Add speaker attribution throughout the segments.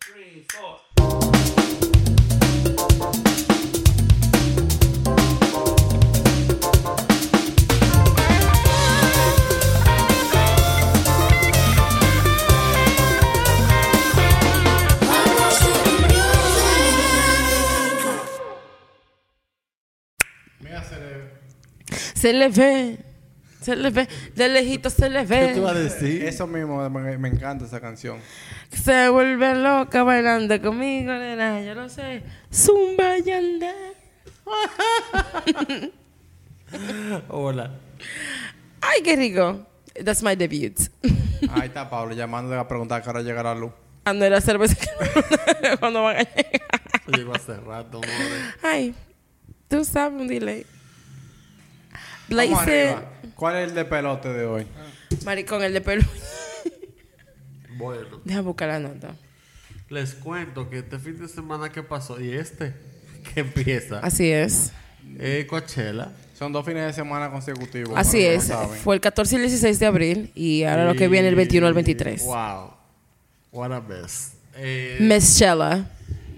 Speaker 1: three, four.
Speaker 2: Mira, se le-
Speaker 3: Se le ve. Se le ve. De lejito se le
Speaker 4: ¿Qué tú
Speaker 3: ve.
Speaker 4: vas a decir?
Speaker 2: Eso mismo, me, me encanta esa canción.
Speaker 3: Se vuelve loca bailando conmigo, nena. Yo lo sé. Zumba yanda.
Speaker 4: Hola.
Speaker 3: Ay, qué rico. That's my debut.
Speaker 2: Ahí está Pablo llamándole a preguntar que ahora llegará la luz.
Speaker 3: Ando de la cerveza que- cuando van a llegar.
Speaker 4: Llegó hace rato, more.
Speaker 3: Ay, tú sabes un delay.
Speaker 2: Vamos
Speaker 3: Blaze,
Speaker 2: arriba. ¿Cuál es el de pelote de hoy?
Speaker 3: maricón, el de Perú.
Speaker 4: Bueno,
Speaker 3: Deja buscar la nota.
Speaker 4: les cuento que este fin de semana que pasó y este que empieza
Speaker 3: Así es.
Speaker 4: eh, Coachella.
Speaker 2: Son dos fines de semana consecutivos.
Speaker 3: Así
Speaker 2: para los
Speaker 3: es.
Speaker 2: que no saben.
Speaker 3: Fue el 14 y el 16 de abril y ahora lo que
Speaker 4: Y-
Speaker 3: viene el 21 al 23.
Speaker 4: Wow. What a mess. Eh,
Speaker 3: Meschella.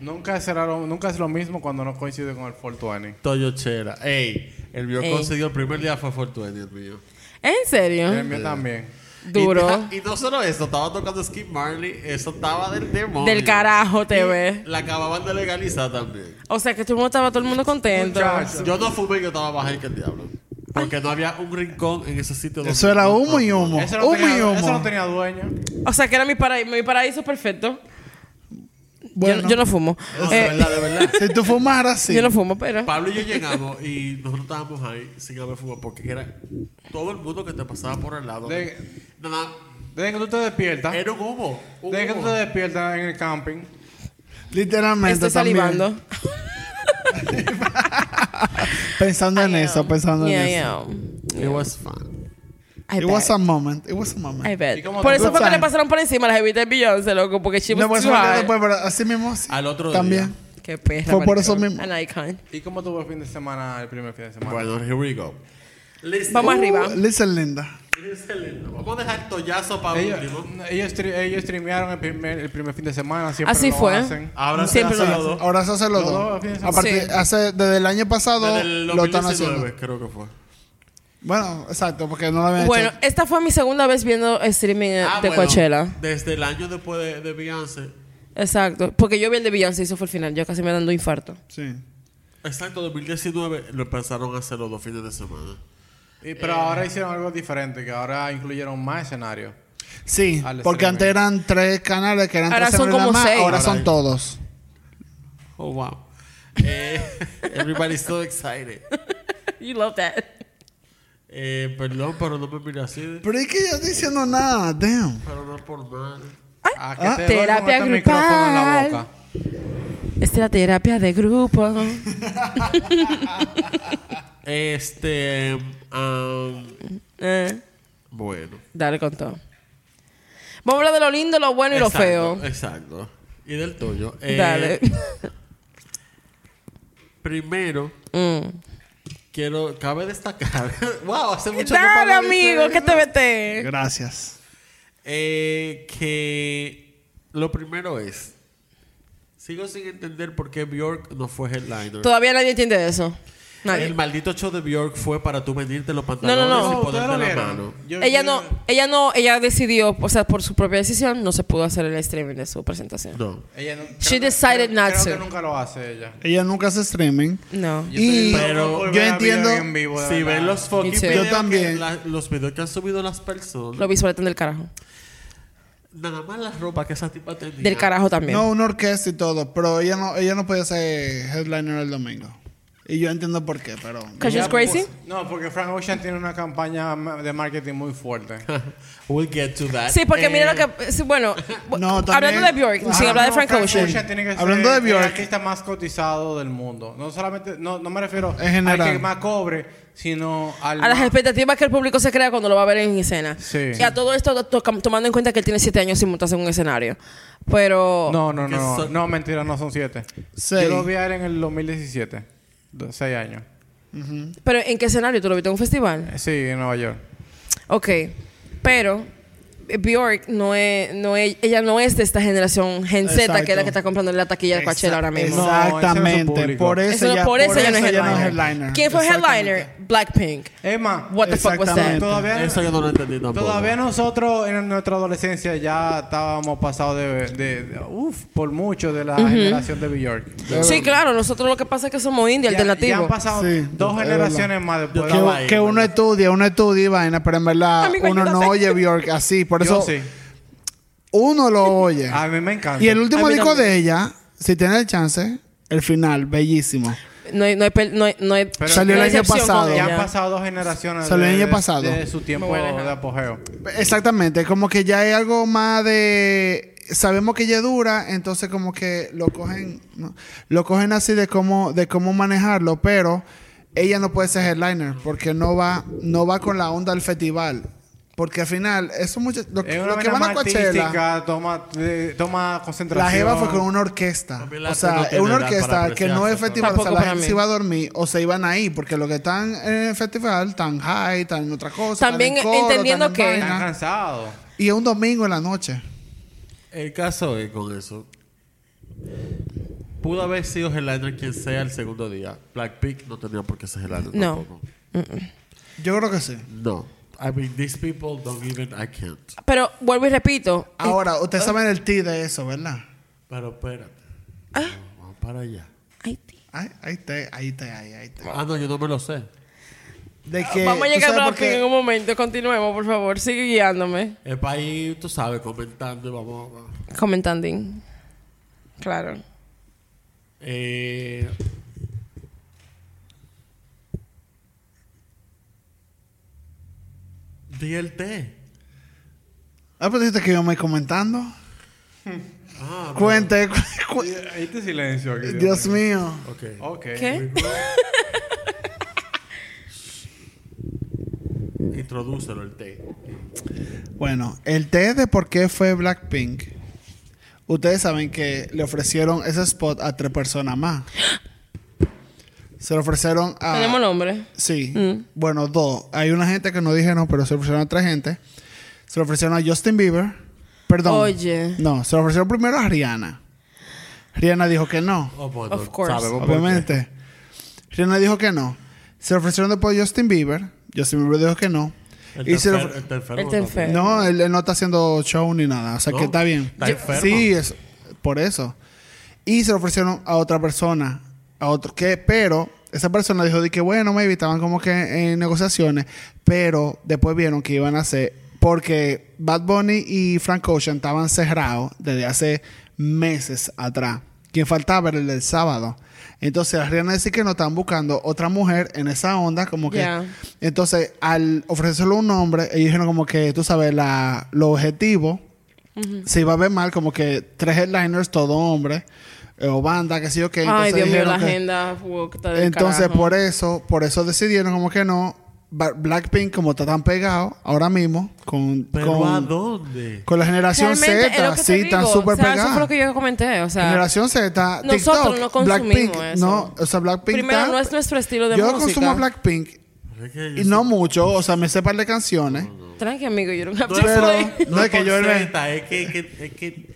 Speaker 2: Nunca, será lo- nunca es lo mismo cuando no coincide con el 420.
Speaker 4: Toyochera. Ey, el mío
Speaker 3: Ey.
Speaker 4: consiguió el primer día fue Fortuny, el mío.
Speaker 3: ¿En serio?
Speaker 2: El
Speaker 4: Eh.
Speaker 2: mío también.
Speaker 3: Duro.
Speaker 4: Y, y no solo eso, estaba tocando Skip Marley, eso estaba del demonio.
Speaker 3: Del carajo te
Speaker 4: Y
Speaker 3: ves.
Speaker 4: La acababan de legalizar también.
Speaker 3: O sea que todo el mundo estaba todo el mundo contento.
Speaker 2: Muchacho.
Speaker 4: Yo no fumé, yo estaba más ahí que el diablo. Porque no había un rincón en ese sitio. donde-
Speaker 5: Eso era humo y
Speaker 3: Uh,
Speaker 5: humo.
Speaker 2: Eso no,
Speaker 5: humo y
Speaker 2: tenía,
Speaker 5: humo.
Speaker 2: eso no tenía dueño.
Speaker 3: O sea que era mi, paraí- mi paraíso perfecto.
Speaker 5: Bueno,
Speaker 3: Yo, yo no fumo.
Speaker 4: No, de
Speaker 3: Eh,
Speaker 4: verdad, de verdad.
Speaker 5: si tú fumaras, sí.
Speaker 3: Yo no fumo, pero.
Speaker 4: Pablo y yo llegamos y nosotros estábamos ahí sin haber fumado porque era todo el mundo que te pasaba por el lado.
Speaker 2: De-
Speaker 4: Nada,
Speaker 2: Desde que tú te despiertas,
Speaker 4: era un humo. un
Speaker 2: desde que tú
Speaker 4: humo.
Speaker 2: te despiertas en el camping,
Speaker 5: Literalmente.
Speaker 3: Estoy
Speaker 5: también.
Speaker 3: este salivando.
Speaker 5: Pensando en eso, pensando
Speaker 3: Yeah,
Speaker 5: en eso.
Speaker 3: yeah.
Speaker 4: It was fun.
Speaker 3: I
Speaker 5: It
Speaker 3: bet.
Speaker 5: was a moment. It was a moment.
Speaker 3: I bet.
Speaker 2: ¿Y cómo
Speaker 3: Por
Speaker 2: te-
Speaker 3: eso
Speaker 5: Good
Speaker 3: fue que le
Speaker 5: time.
Speaker 3: pasaron por encima a la jevita de Beyoncé, loco, porque she was
Speaker 5: Después,
Speaker 3: too high.
Speaker 5: pues después, pero así mismo. sí.
Speaker 4: Al otro
Speaker 5: También.
Speaker 4: día.
Speaker 3: Qué perra,
Speaker 5: Fue por
Speaker 3: maricón.
Speaker 5: eso mismo.
Speaker 3: An icon.
Speaker 2: ¿y cómo tuvo el fin de semana, el primer fin de semana?
Speaker 4: Bueno, here we go. Listo.
Speaker 3: Vamos arriba.
Speaker 5: Uh, listen, linda.
Speaker 4: Excelente. Vamos a dejar tollazo para
Speaker 2: Ellos,
Speaker 4: último.
Speaker 2: ellos, tri- ellos streamearon el primer, el primer fin de semana, siempre
Speaker 3: Así
Speaker 2: lo
Speaker 3: fue.
Speaker 2: hacen.
Speaker 4: Ahora
Speaker 3: Siempre
Speaker 4: se hace
Speaker 3: lo
Speaker 4: los dos.
Speaker 5: Ahora se hace los
Speaker 2: Los
Speaker 5: dos.
Speaker 2: dos fines de
Speaker 5: A partir-
Speaker 3: semana.
Speaker 5: hace- desde el año pasado
Speaker 4: Desde el
Speaker 5: lo están
Speaker 4: 2019,
Speaker 5: haciendo.
Speaker 4: creo que fue.
Speaker 5: Bueno, exacto, porque no lo habían
Speaker 3: Bueno,
Speaker 5: hecho.
Speaker 3: esta fue mi segunda vez viendo streaming eh,
Speaker 4: Ah,
Speaker 3: de
Speaker 4: bueno,
Speaker 3: Coachella.
Speaker 4: Desde el año después de, de Beyoncé.
Speaker 3: Exacto. Porque yo vi el de Beyoncé y eso fue el final. Yo casi me dando infarto.
Speaker 5: Sí.
Speaker 4: Exacto, 2019 lo empezaron a hacer los dos fines de semana.
Speaker 2: Y- pero ahora hicieron algo diferente, que ahora incluyeron más escenarios.
Speaker 5: Sí,
Speaker 2: Al
Speaker 5: porque
Speaker 2: streaming.
Speaker 5: antes eran tres canales que eran
Speaker 3: Ahora
Speaker 5: tres
Speaker 3: son
Speaker 5: canales
Speaker 3: como
Speaker 5: más,
Speaker 3: seis.
Speaker 5: ahora son
Speaker 4: Ahora-
Speaker 5: todos.
Speaker 4: Oh, wow. Eh, everybody's so excited.
Speaker 3: You love that.
Speaker 4: Eh, perdón, pero no me miré así.
Speaker 5: Pero es que yo estoy diciendo nada, damn.
Speaker 4: Pero no por mal.
Speaker 2: Ah, que te doy con
Speaker 3: terapia
Speaker 2: este micrófono en la
Speaker 3: grupal.
Speaker 2: boca.
Speaker 3: Esta es la terapia de grupo.
Speaker 4: Este. am,
Speaker 3: Eh,
Speaker 4: bueno.
Speaker 3: dale con todo. Vamos a hablar de lo lindo, lo bueno y
Speaker 4: Exacto,
Speaker 3: lo feo.
Speaker 4: Exacto. Y del tuyo. Eh,
Speaker 3: Dale.
Speaker 4: Primero,
Speaker 3: Mm.
Speaker 4: quiero. Cabe destacar. wow, hace mucho
Speaker 3: Dale,
Speaker 4: hablaba de
Speaker 3: amigo,
Speaker 4: este-
Speaker 3: que te vete.
Speaker 5: Gracias.
Speaker 4: Eh, que lo primero es, sigo sin entender por qué Bjork no fue headliner.
Speaker 3: Todavía nadie entiende eso. Nadie.
Speaker 4: El maldito show de Bjork fue para tú venirte los
Speaker 3: no,
Speaker 4: pantalones
Speaker 3: no.
Speaker 4: y
Speaker 2: No, ustedes
Speaker 4: ponerte
Speaker 2: lo
Speaker 4: la
Speaker 2: vieron.
Speaker 4: mano.
Speaker 2: Yo-
Speaker 3: Ella
Speaker 2: yo-
Speaker 3: no, ella no, ella decidió, o sea, por su propia decisión, no se pudo hacer el streaming de su presentación.
Speaker 4: No.
Speaker 2: Ella no- creo
Speaker 3: She
Speaker 2: que-
Speaker 3: decided
Speaker 2: creo-
Speaker 3: not
Speaker 2: creo
Speaker 3: to.
Speaker 2: que nunca lo hace ella.
Speaker 5: Ella nunca hace streaming.
Speaker 3: No.
Speaker 2: Yo estoy
Speaker 5: Y-
Speaker 2: loco
Speaker 4: Pero
Speaker 2: por
Speaker 5: yo
Speaker 2: ver a Bjork
Speaker 5: entiendo-
Speaker 2: en vivo, de
Speaker 4: Si
Speaker 2: verdad.
Speaker 4: ven los fucking
Speaker 3: Yo
Speaker 4: videos que-
Speaker 5: también.
Speaker 4: la- los videos que han subido las personas,
Speaker 3: Lo visual del carajo.
Speaker 4: nada más la ropa que esa tipa tenía.
Speaker 3: Del carajo también.
Speaker 5: No, una orquesta y todo, pero ella no, ella no podía ser headliner el domingo. Y yo entiendo por qué, pero...
Speaker 3: Cause she's
Speaker 2: pues,
Speaker 3: crazy.
Speaker 2: No, porque Frank Ocean tiene una campaña ma- de marketing muy fuerte.
Speaker 4: We'll get to that.
Speaker 3: Sí, porque
Speaker 4: Eh,
Speaker 3: mira lo que. sí, bueno,
Speaker 5: No,
Speaker 3: hablando
Speaker 5: también-
Speaker 3: de Bjork, sin
Speaker 5: Ah,
Speaker 3: hablar de
Speaker 2: no,
Speaker 3: Frank Ocean.
Speaker 2: tiene que ser
Speaker 5: Hablando de Bjork.
Speaker 2: el artista más cotizado del mundo. No solamente, no, no me refiero
Speaker 5: En general.
Speaker 2: al que más cobre, sino al
Speaker 3: A las
Speaker 2: más-
Speaker 3: expectativas que el público se crea cuando lo va a ver en escena.
Speaker 2: Sí.
Speaker 3: Y a todo esto to- to- tomando en cuenta que él tiene siete años sin montarse en un escenario. Pero.
Speaker 2: No, no,
Speaker 4: Que
Speaker 2: no.
Speaker 4: son-
Speaker 2: No, mentira, no son siete.
Speaker 5: Seis.
Speaker 2: Yo lo vi a él en el 2017. do- Seis años.
Speaker 3: Pero ¿en qué escenario? ¿Tú lo viste en un festival?
Speaker 2: Eh, Sí, en Nueva York.
Speaker 3: Ok. Pero. Bjork no es, no es, ella no es de esta generación Gen Z que es la
Speaker 5: Exacto.
Speaker 3: que está comprando la taquilla del Coachella ahora mismo.
Speaker 2: No, ese no es su
Speaker 5: Exactamente.
Speaker 2: público.
Speaker 5: por eso,
Speaker 3: Eso no-
Speaker 5: ya,
Speaker 3: por eso ella no es
Speaker 5: no
Speaker 3: headliner.
Speaker 5: es headliner.
Speaker 3: ¿Quién fue
Speaker 5: Exactamente.
Speaker 3: headliner? Blackpink.
Speaker 2: Emma, eh,
Speaker 3: What the fuck was that?
Speaker 5: Exactamente.
Speaker 2: todavía,
Speaker 4: Eh, Eso yo no lo entendí tampoco.
Speaker 2: todavía nosotros en nuestra adolescencia ya estábamos pasados de, de- de- uf, por mucho de la generación de Bjork.
Speaker 3: Sí, claro, nosotros lo que pasa es que somos indie
Speaker 2: Ya- Ya han
Speaker 3: alternativo.
Speaker 2: pasado
Speaker 5: Sí,
Speaker 2: dos
Speaker 5: es
Speaker 2: generaciones más después.
Speaker 4: Yo-
Speaker 2: de
Speaker 4: Ahí,
Speaker 5: Que, que uno estudia, uno estudia y vaina, pero en verdad
Speaker 3: Amigo,
Speaker 5: uno no
Speaker 3: ayúdame.
Speaker 5: oye Bjork así. Por
Speaker 2: Yo
Speaker 5: eso
Speaker 2: sí. Ah,
Speaker 5: uno lo oye.
Speaker 2: A mí me encanta.
Speaker 5: Y el último
Speaker 3: A mí
Speaker 5: disco
Speaker 3: también.
Speaker 5: de ella, si tiene el chance, el final, bellísimo.
Speaker 3: No hay, no hay, pel- no hay- no hay-
Speaker 2: Pero-
Speaker 5: Salió
Speaker 3: no
Speaker 5: el
Speaker 3: hay
Speaker 5: año
Speaker 3: excepción con
Speaker 5: pasado.
Speaker 2: ya
Speaker 3: ella.
Speaker 2: han pasado dos generaciones
Speaker 5: Salió el
Speaker 2: de-
Speaker 5: año
Speaker 2: de-
Speaker 5: pasado.
Speaker 2: de su tiempo
Speaker 3: Me voy a alejar.
Speaker 2: de apogeo.
Speaker 5: Exactamente, como que ya es algo más de sabemos que ella es dura, entonces como que lo cogen ¿no? lo cogen así de cómo de cómo manejarlo, pero ella no puede ser headliner porque no va no va con la onda del festival, porque al final eso mucho lo,
Speaker 2: Es
Speaker 5: lo
Speaker 2: una
Speaker 5: que
Speaker 2: vaina
Speaker 5: van a
Speaker 2: más
Speaker 5: Coachella
Speaker 2: artística, toma, de- toma
Speaker 5: la
Speaker 2: concentración.
Speaker 5: jeva fue con una orquesta.
Speaker 4: También la
Speaker 5: O sea,
Speaker 4: arte
Speaker 5: es
Speaker 4: no
Speaker 5: una
Speaker 4: tiene edad para
Speaker 5: orquesta que no es
Speaker 4: apreciarse,
Speaker 5: festival. O sea,
Speaker 3: Tampoco
Speaker 5: la
Speaker 3: para
Speaker 5: gente
Speaker 3: mí.
Speaker 5: se iba a dormir o se iban ahí. Porque los que están en el festival están high, están en otra cosa.
Speaker 3: También
Speaker 5: están en coro,
Speaker 3: entendiendo
Speaker 5: están en
Speaker 3: que-
Speaker 5: vaina.
Speaker 2: Están cansados.
Speaker 5: Y es un domingo en la noche.
Speaker 4: El caso es con eso. Pudo haber sido headliner quien sea el segundo día. Blackpink no tenía por qué ser headliner
Speaker 3: No.
Speaker 4: tampoco.
Speaker 5: Yo creo que sí.
Speaker 4: No. I mean, these people don't even... I can't.
Speaker 3: Pero vuelvo y repito.
Speaker 5: Ahora, ustedes
Speaker 3: Eh,
Speaker 5: saben el T de eso, ¿verdad?
Speaker 4: Pero espérate.
Speaker 3: Ah.
Speaker 4: No, vamos para allá.
Speaker 3: Ay,
Speaker 5: Ay, ahí te, ahí te, ahí, ahí te.
Speaker 4: Ah, no, yo no me lo sé.
Speaker 5: De
Speaker 3: Ah,
Speaker 5: que,
Speaker 3: Vamos a
Speaker 5: ¿tú
Speaker 3: llegar a
Speaker 5: sabes por
Speaker 3: Blackpink
Speaker 5: qué?
Speaker 3: en un momento. Continuemos, por favor. Sigue guiándome.
Speaker 4: El país, tú sabes, comentando y vamos... vamos.
Speaker 3: Comentando. Claro.
Speaker 4: Eh, DLT.
Speaker 5: Ah, pues dijiste que íbamos a ir comentando.
Speaker 4: Ah,
Speaker 5: Cuente, cu- cu-
Speaker 2: Este silencio aquí.
Speaker 5: Dios mío.
Speaker 4: ok.
Speaker 2: Ok.
Speaker 3: ¿Qué?
Speaker 4: Introdúcelo el té.
Speaker 5: Bueno, el T de por qué fue Blackpink. Ustedes saben que le ofrecieron ese spot a tres personas más. Se lo ofrecieron a.
Speaker 3: Tenemos nombre.
Speaker 5: Sí.
Speaker 3: Mm.
Speaker 5: Bueno, dos. Hay una gente que no dije no, pero se lo ofrecieron a otra gente. Se lo ofrecieron a Justin Bieber. Perdón.
Speaker 3: Oye.
Speaker 5: No, se lo ofrecieron primero a Rihanna. Rihanna dijo que no.
Speaker 4: Oh, bueno,
Speaker 3: Of course.
Speaker 4: sabemos por qué.
Speaker 5: Obviamente. Rihanna dijo que no. Se lo ofrecieron después a Justin Bieber. Justin Bieber dijo que no.
Speaker 4: El
Speaker 5: Y se lo
Speaker 4: terfer-
Speaker 5: ofre-
Speaker 4: el terfero
Speaker 3: El terfero.
Speaker 5: No, él, él no está haciendo show ni nada. O sea
Speaker 4: No,
Speaker 5: que está bien.
Speaker 4: está enfermo.
Speaker 5: Sí, es por eso. Y se lo ofrecieron a otra persona. A otro que, pero esa persona dijo de que bueno, maybe estaban como que en negociaciones. Pero después vieron que iban a hacer. Porque Bad Bunny y Frank Ocean estaban cerrados desde hace meses atrás. Quien faltaba era el del sábado. Entonces, Rihanna decir que no están buscando otra mujer en esa onda, como que
Speaker 3: Ya.
Speaker 5: entonces, al ofrecérselo a un hombre, ellos dijeron como que, tú sabes, la, los objetivos se iba a ver mal, como que tres headliners, todo hombre, eh, o banda, qué sé yo qué.
Speaker 3: Ay,
Speaker 5: Entonces
Speaker 3: Dios mío,
Speaker 5: dijeron
Speaker 3: la
Speaker 5: que-
Speaker 3: agenda woke está del
Speaker 5: Entonces,
Speaker 3: carajo.
Speaker 5: por eso, por eso decidieron como que no. Ba- Blackpink, como está tan pegado ahora mismo, con,
Speaker 4: Pero ¿a
Speaker 5: con,
Speaker 4: dónde?
Speaker 5: con la generación
Speaker 3: Realmente, es lo
Speaker 5: Z,
Speaker 3: que te
Speaker 5: sí, están
Speaker 3: digo.
Speaker 5: súper
Speaker 3: O sea, Eso fue lo
Speaker 5: pegados.
Speaker 3: que yo comenté. O sea,
Speaker 5: Generación Z, TikTok,
Speaker 3: Nosotros no consumimos
Speaker 5: Blackpink,
Speaker 3: eso.
Speaker 5: no, o sea, Blackpink
Speaker 3: Primero,
Speaker 5: está-
Speaker 3: no es nuestro estilo de
Speaker 5: yo
Speaker 3: música.
Speaker 5: consumo Blackpink
Speaker 4: Es que yo
Speaker 5: y no mucho, o sea, me sé par de canciones.
Speaker 3: tranqui, amigo, yo no have to
Speaker 5: Pero-
Speaker 3: explain.
Speaker 4: soy-
Speaker 5: no, es que
Speaker 4: por
Speaker 5: yo-
Speaker 4: cierta, es que, es que, es que-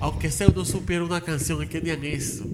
Speaker 4: aunque sea uno supiera una canción, es que ni en eso.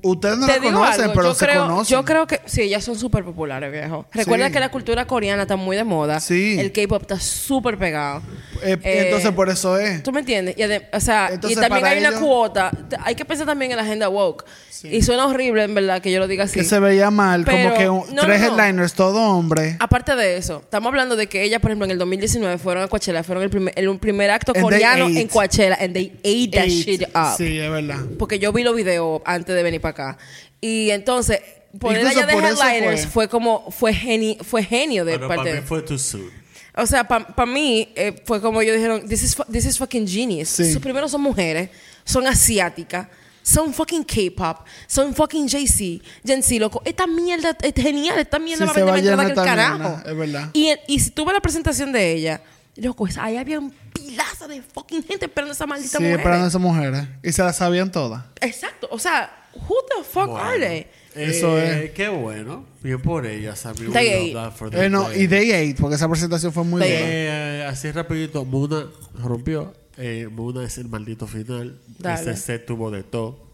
Speaker 5: Ustedes no
Speaker 3: Te
Speaker 5: la
Speaker 3: digo
Speaker 5: conocen,
Speaker 3: algo,
Speaker 5: pero
Speaker 3: yo
Speaker 5: se
Speaker 3: creo,
Speaker 5: conocen.
Speaker 3: Yo creo que sí, ellas son súper populares, viejo. Recuerda
Speaker 5: Sí.
Speaker 3: que la cultura coreana está muy de moda.
Speaker 5: Sí.
Speaker 3: El K-pop está súper pegado.
Speaker 5: Eh,
Speaker 3: Eh,
Speaker 5: entonces, por eso es.
Speaker 3: ¿Tú me entiendes? Y adem- o sea,
Speaker 5: Entonces,
Speaker 3: y también
Speaker 5: para
Speaker 3: hay una
Speaker 5: ellos-
Speaker 3: cuota. T- Hay que pensar también en la agenda woke. Y suena horrible, en verdad, que yo lo diga así.
Speaker 5: Que se veía mal,
Speaker 3: Pero-
Speaker 5: como que un-
Speaker 3: no,
Speaker 5: tres
Speaker 3: no, no.
Speaker 5: headliners, todo hombre.
Speaker 3: Aparte de eso, estamos hablando de que ellas, por ejemplo, en el 2019 fueron a Coachella, fueron el primer, el un primer acto
Speaker 5: And they
Speaker 3: coreano
Speaker 5: ate.
Speaker 3: en Coachella, and they ate that
Speaker 5: Eight.
Speaker 3: shit up.
Speaker 5: Sí, es verdad.
Speaker 3: Porque yo vi los videos antes de venir para acá. Y entonces, poner
Speaker 5: Incluso
Speaker 3: allá de
Speaker 5: por eso
Speaker 3: headliners
Speaker 5: fue.
Speaker 3: fue. como, fue, geni- fue genio de
Speaker 4: Pero
Speaker 3: parte
Speaker 4: para
Speaker 3: de...
Speaker 4: mí fue too soon.
Speaker 3: O sea, para mí eh, fue como ellos dijeron, this is, fu- this is fucking genius.
Speaker 5: Sí.
Speaker 3: So, primero son mujeres, son asiáticas, son fucking K-pop, son fucking Jay-Z, Gen-Z, loco. Esta mierda es genial, esta mierda
Speaker 5: Sí,
Speaker 3: va a
Speaker 5: se
Speaker 3: vender
Speaker 5: va
Speaker 3: más entrada que el
Speaker 5: llena esta
Speaker 3: carajo.
Speaker 5: mierda, es verdad.
Speaker 3: Y, el- y si tú ves la presentación de ella, loco, esa- ahí había un pilaza de fucking gente esperando esa maldita
Speaker 5: Sí,
Speaker 3: mujer.
Speaker 5: esperando a esas mujeres. Y se las sabían todas.
Speaker 3: Exacto, o sea, who the fuck are they?
Speaker 5: Eso es.
Speaker 4: Eh, Qué bueno. Bien por ellas. I mean, we
Speaker 3: They
Speaker 4: love
Speaker 3: ate.
Speaker 4: that for them.
Speaker 5: Eh, no,
Speaker 4: They
Speaker 5: y Day 8, porque esa presentación fue muy
Speaker 3: They
Speaker 5: buena.
Speaker 4: Eh, así rapidito, Muna rompió. Eh, Muna es el maldito final.
Speaker 3: Dale. Mm.
Speaker 4: Ese set tuvo de todo.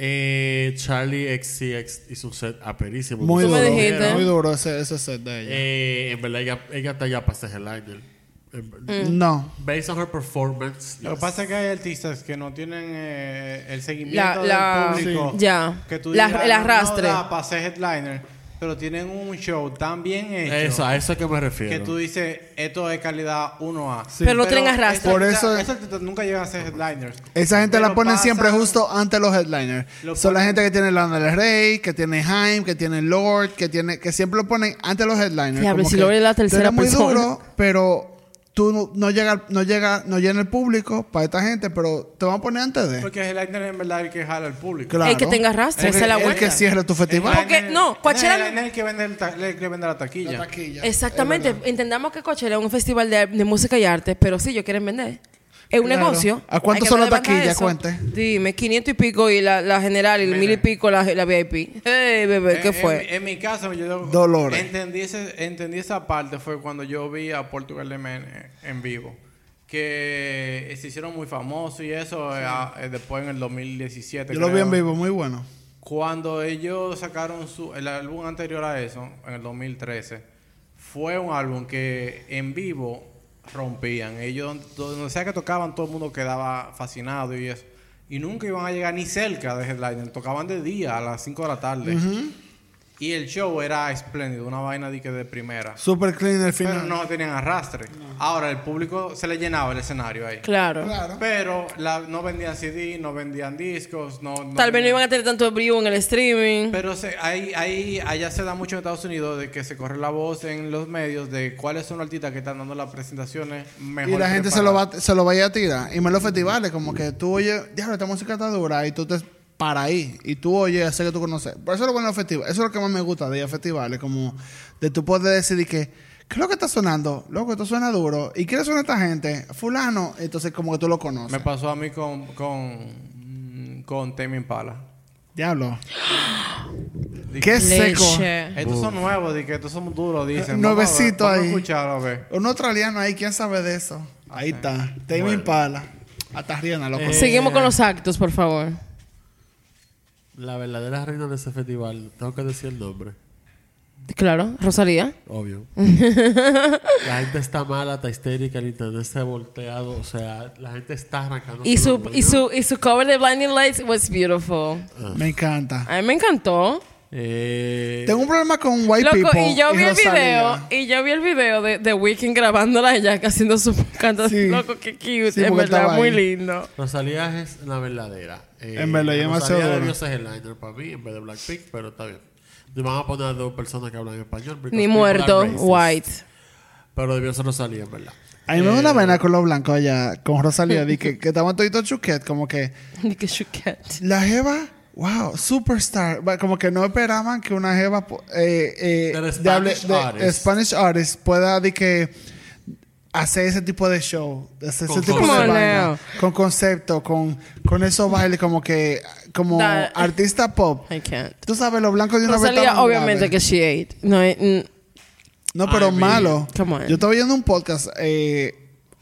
Speaker 4: Eh, Charlie XCX hizo un set aperísimo.
Speaker 5: Muy
Speaker 3: Tú me
Speaker 5: duro.
Speaker 3: dijiste.
Speaker 5: Muy duro ese, ese set de ella.
Speaker 4: Eh, en verdad, ella, ella está ya para ser headliner.
Speaker 3: Mm.
Speaker 4: Eh,
Speaker 5: No.
Speaker 4: Based on her performance.
Speaker 2: Lo que
Speaker 4: yes.
Speaker 2: pasa es que hay artistas que no tienen eh, el
Speaker 3: La-
Speaker 2: seguimiento
Speaker 3: la-
Speaker 2: del público.
Speaker 3: Sí. Ya.
Speaker 2: Que tú
Speaker 3: La-
Speaker 2: digas, "Ah,
Speaker 3: el arrastre.
Speaker 2: No, da para ser headliner, pero tienen un show tan bien hecho
Speaker 4: Eso, a eso es que me
Speaker 2: que
Speaker 4: refiero.
Speaker 2: tú dices, esto es calidad 1A.
Speaker 5: Pero
Speaker 3: no tienen arrastre.
Speaker 2: esos
Speaker 5: Por
Speaker 2: artistas-
Speaker 5: eso-
Speaker 2: esos artistas nunca llegan a ser headliners.
Speaker 5: Esa gente
Speaker 2: Pero
Speaker 5: la ponen
Speaker 2: pasan-
Speaker 5: siempre justo ante los headliners.
Speaker 2: Lo
Speaker 5: Son la
Speaker 2: ponen-
Speaker 5: gente que tiene Lana del Rey, que tiene Haim, que tiene Lord, que tiene que siempre lo ponen ante los headliners.
Speaker 3: Diablo,
Speaker 5: Como
Speaker 3: si
Speaker 5: que
Speaker 3: Lorde es la
Speaker 5: tú eres
Speaker 3: tercera
Speaker 5: muy
Speaker 3: persona.
Speaker 5: duro, pero tú no, no llega no llega no llena el público para esta gente, pero te van a poner antes de.
Speaker 2: Porque el headliner es en verdad el que jala al público.
Speaker 5: Claro.
Speaker 3: El que tenga arrastre,
Speaker 5: El
Speaker 3: esa es la
Speaker 5: que- El
Speaker 3: vuelta.
Speaker 5: que cierra tu festival.
Speaker 3: Porque, no, Coachella-
Speaker 2: El headliner es el que vende, el ta- el que vende la taquilla.
Speaker 3: Exactamente. Entendamos que Coachella es un festival de, de música y arte, pero sí, ellos quieren vender. Es un
Speaker 5: Claro.
Speaker 3: negocio.
Speaker 5: ¿A cuánto
Speaker 3: Hay que
Speaker 5: son las
Speaker 3: levantar
Speaker 5: taquillas?
Speaker 3: eso.
Speaker 5: Cuente.
Speaker 3: Dime, 500 y pico y la, la general y el mil y pico la, la VIP. Hey, bebé,
Speaker 5: Eh,
Speaker 3: ¿qué
Speaker 2: En-
Speaker 3: fue?
Speaker 2: En, en mi caso, yo
Speaker 5: Dolores.
Speaker 2: Entendí, ese- entendí esa parte fue cuando yo vi a Portugal de Men eh, en vivo. Que eh, se hicieron muy famosos y eso eh, a- eh, después en el 2017.
Speaker 5: Yo lo vi en
Speaker 2: creo.
Speaker 5: vivo, muy bueno.
Speaker 2: Cuando ellos sacaron su, el álbum anterior a eso, en el 2013, fue un álbum que en vivo rompían. Ellos, donde, donde sea que tocaban, todo el mundo quedaba fascinado y eso. Y nunca iban a llegar ni cerca de Headliner. Tocaban de día, a las 5 de la tarde. Y el show era espléndido, una vaina de, que de primera.
Speaker 5: Super clean
Speaker 2: Pero
Speaker 5: el final.
Speaker 2: no tenían arrastre. Ahora, el público se le llenaba el escenario ahí.
Speaker 3: Claro.
Speaker 5: Claro.
Speaker 2: Pero la- no vendían CD, no vendían discos, no... no
Speaker 3: Tal vez no
Speaker 2: vendían-
Speaker 3: iban a tener tanto brillo en el streaming.
Speaker 2: pero se, ahí, ahí, allá se da mucho en Estados Unidos de que se corre la voz en los medios de cuáles son los artistas que están dando las presentaciones mejor.
Speaker 5: Y la gente se lo, va, se lo vaya a tirar. Y me los festivales, como que tú oyes, diablo, esta música está dura y tú te para ahí. Y tú oyes, hace que tú conoces. Por eso es lo bueno de los festivales. Eso es lo que más me gusta de ir a festivales, como de tú poder decidir que, ¿qué es lo que está sonando? Loco, esto suena duro. ¿Y quién suena esta gente? Fulano. Entonces, como que tú lo
Speaker 2: Me
Speaker 5: conoces.
Speaker 2: pasó a mí con, con, con Tame Impala.
Speaker 5: Diablo.
Speaker 2: Dije,
Speaker 5: Qué seco.
Speaker 3: Leche.
Speaker 2: Estos son nuevos, de que estos son duros, dicen. Vamos
Speaker 5: Nuevecito
Speaker 2: a ver,
Speaker 5: ahí.
Speaker 2: Vamos a escucharlo, a ver.
Speaker 5: Un australiano ahí, ¿quién sabe de eso? Ahí está. Tame Impala. Hasta Rihanna, loco.
Speaker 3: Seguimos con los actos, por favor.
Speaker 4: La verdadera reina de ese festival, tengo que decir el nombre,
Speaker 3: Claro, Rosalía.
Speaker 4: obvio. la gente está mala, está histérica, el internet está volteado, o sea, la gente está arrancando.
Speaker 3: Y
Speaker 4: todo
Speaker 3: su,
Speaker 4: el mundo.
Speaker 3: y, su, y su cover de Blinding Lights was beautiful.
Speaker 5: Me encanta.
Speaker 3: A mí me encantó.
Speaker 4: Eh,
Speaker 5: Tengo un problema con White
Speaker 3: Loco,
Speaker 5: People.
Speaker 3: y yo vi el
Speaker 5: Rosalía.
Speaker 3: video, y yo vi el video de, de Weeknd grabándola ella haciendo su canto.
Speaker 5: Sí.
Speaker 3: Loco, qué cute,
Speaker 5: Sí,
Speaker 3: en
Speaker 5: porque
Speaker 3: verdad,
Speaker 5: estaba
Speaker 3: muy
Speaker 5: ahí.
Speaker 3: lindo.
Speaker 4: Rosalía es la verdadera. Eh,
Speaker 5: En verdad, ella es demasiado
Speaker 4: Rosalía
Speaker 5: dura.
Speaker 4: debió ser headliner para mí en vez de Blackpink, pero está bien. Me van a poner a dos personas que hablan español. because
Speaker 3: Ni
Speaker 4: people
Speaker 3: muerto,
Speaker 4: are racist.
Speaker 3: White.
Speaker 4: Pero debió ser Rosalía, en verdad.
Speaker 5: A mí me
Speaker 4: Eh,
Speaker 5: da una vaina con los blancos allá, con Rosalía, di que, que estaban toditos chuquet, como que
Speaker 3: Ni que you get.
Speaker 5: la Jeva, wow, superstar. Va, Como que no esperaban que una Jeva po- eh, eh,
Speaker 4: Del
Speaker 5: de hable-
Speaker 4: Spanish artist.
Speaker 5: Spanish artist pueda di que hacer ese tipo de show, hacer ese
Speaker 4: Con
Speaker 5: tipo de
Speaker 3: concepto.
Speaker 5: vaina, con concepto, con, con esos bailes, como que como
Speaker 3: Da-
Speaker 5: artista pop.
Speaker 3: I can't.
Speaker 5: Tú sabes, los blancos de una vez
Speaker 3: Rosalía,
Speaker 5: estaban
Speaker 3: obviamente
Speaker 5: graves.
Speaker 3: que she ate. No, eh, mm,
Speaker 5: No, pero
Speaker 4: I mean,
Speaker 5: malo.
Speaker 3: come on.
Speaker 5: Yo estaba oyendo un podcast eh,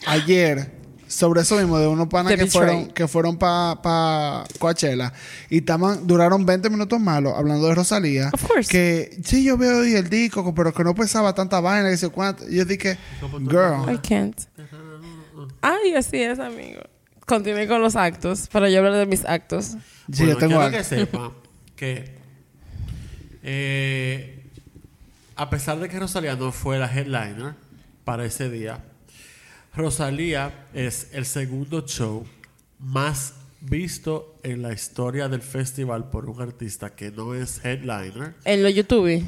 Speaker 5: ayer sobre eso mismo, de unos panas
Speaker 3: The
Speaker 5: que
Speaker 3: Betrayal.
Speaker 5: fueron, que fueron para pa Coachella. Y taman, duraron 20 minutos malos hablando de Rosalía.
Speaker 3: Of course.
Speaker 5: Que sí, yo veo y el disco, pero que no pensaba tanta vaina. Y, cuánto. y yo dije,
Speaker 3: mm, I
Speaker 5: girl.
Speaker 3: can't. Ay, así es, amigo. Continúe con los actos, para yo hablar de mis actos.
Speaker 5: Sí,
Speaker 4: bueno,
Speaker 5: yo tengo
Speaker 4: quiero
Speaker 5: algo.
Speaker 4: que sepa que eh, a pesar de que Rosalía no fue la headliner para ese día, Rosalía es el segundo show más visto en la historia del festival por un artista que no es headliner
Speaker 3: En los YouTube.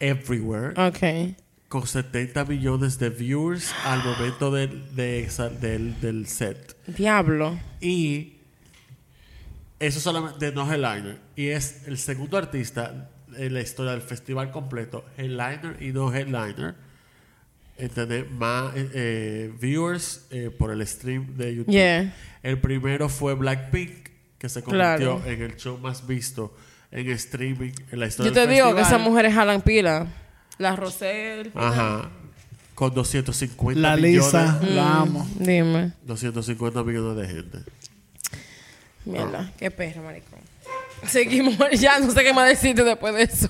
Speaker 4: everywhere
Speaker 3: Ok.
Speaker 4: con 70 millones de viewers al momento del, de esa- del, del set.
Speaker 3: Diablo.
Speaker 4: Y eso solamente de no headliner. Y es el segundo artista en la historia del festival completo, headliner y no headliner, en tener más eh, eh, viewers eh, por el stream de YouTube.
Speaker 3: Yeah.
Speaker 4: El primero fue Blackpink que se convirtió
Speaker 3: Claro.
Speaker 4: en el show más visto en streaming en la historia
Speaker 3: Yo te
Speaker 4: del
Speaker 3: digo que
Speaker 4: festival.
Speaker 3: esas mujeres jalan pila. La Rosel.
Speaker 4: Ajá. Con 250
Speaker 5: La
Speaker 4: millones.
Speaker 5: Lisa, la amo.
Speaker 3: Mm. Dime.
Speaker 4: 250 millones de gente.
Speaker 3: Mierda, Ah. qué perra, maricón. Seguimos, ya no sé qué más decirte después de eso.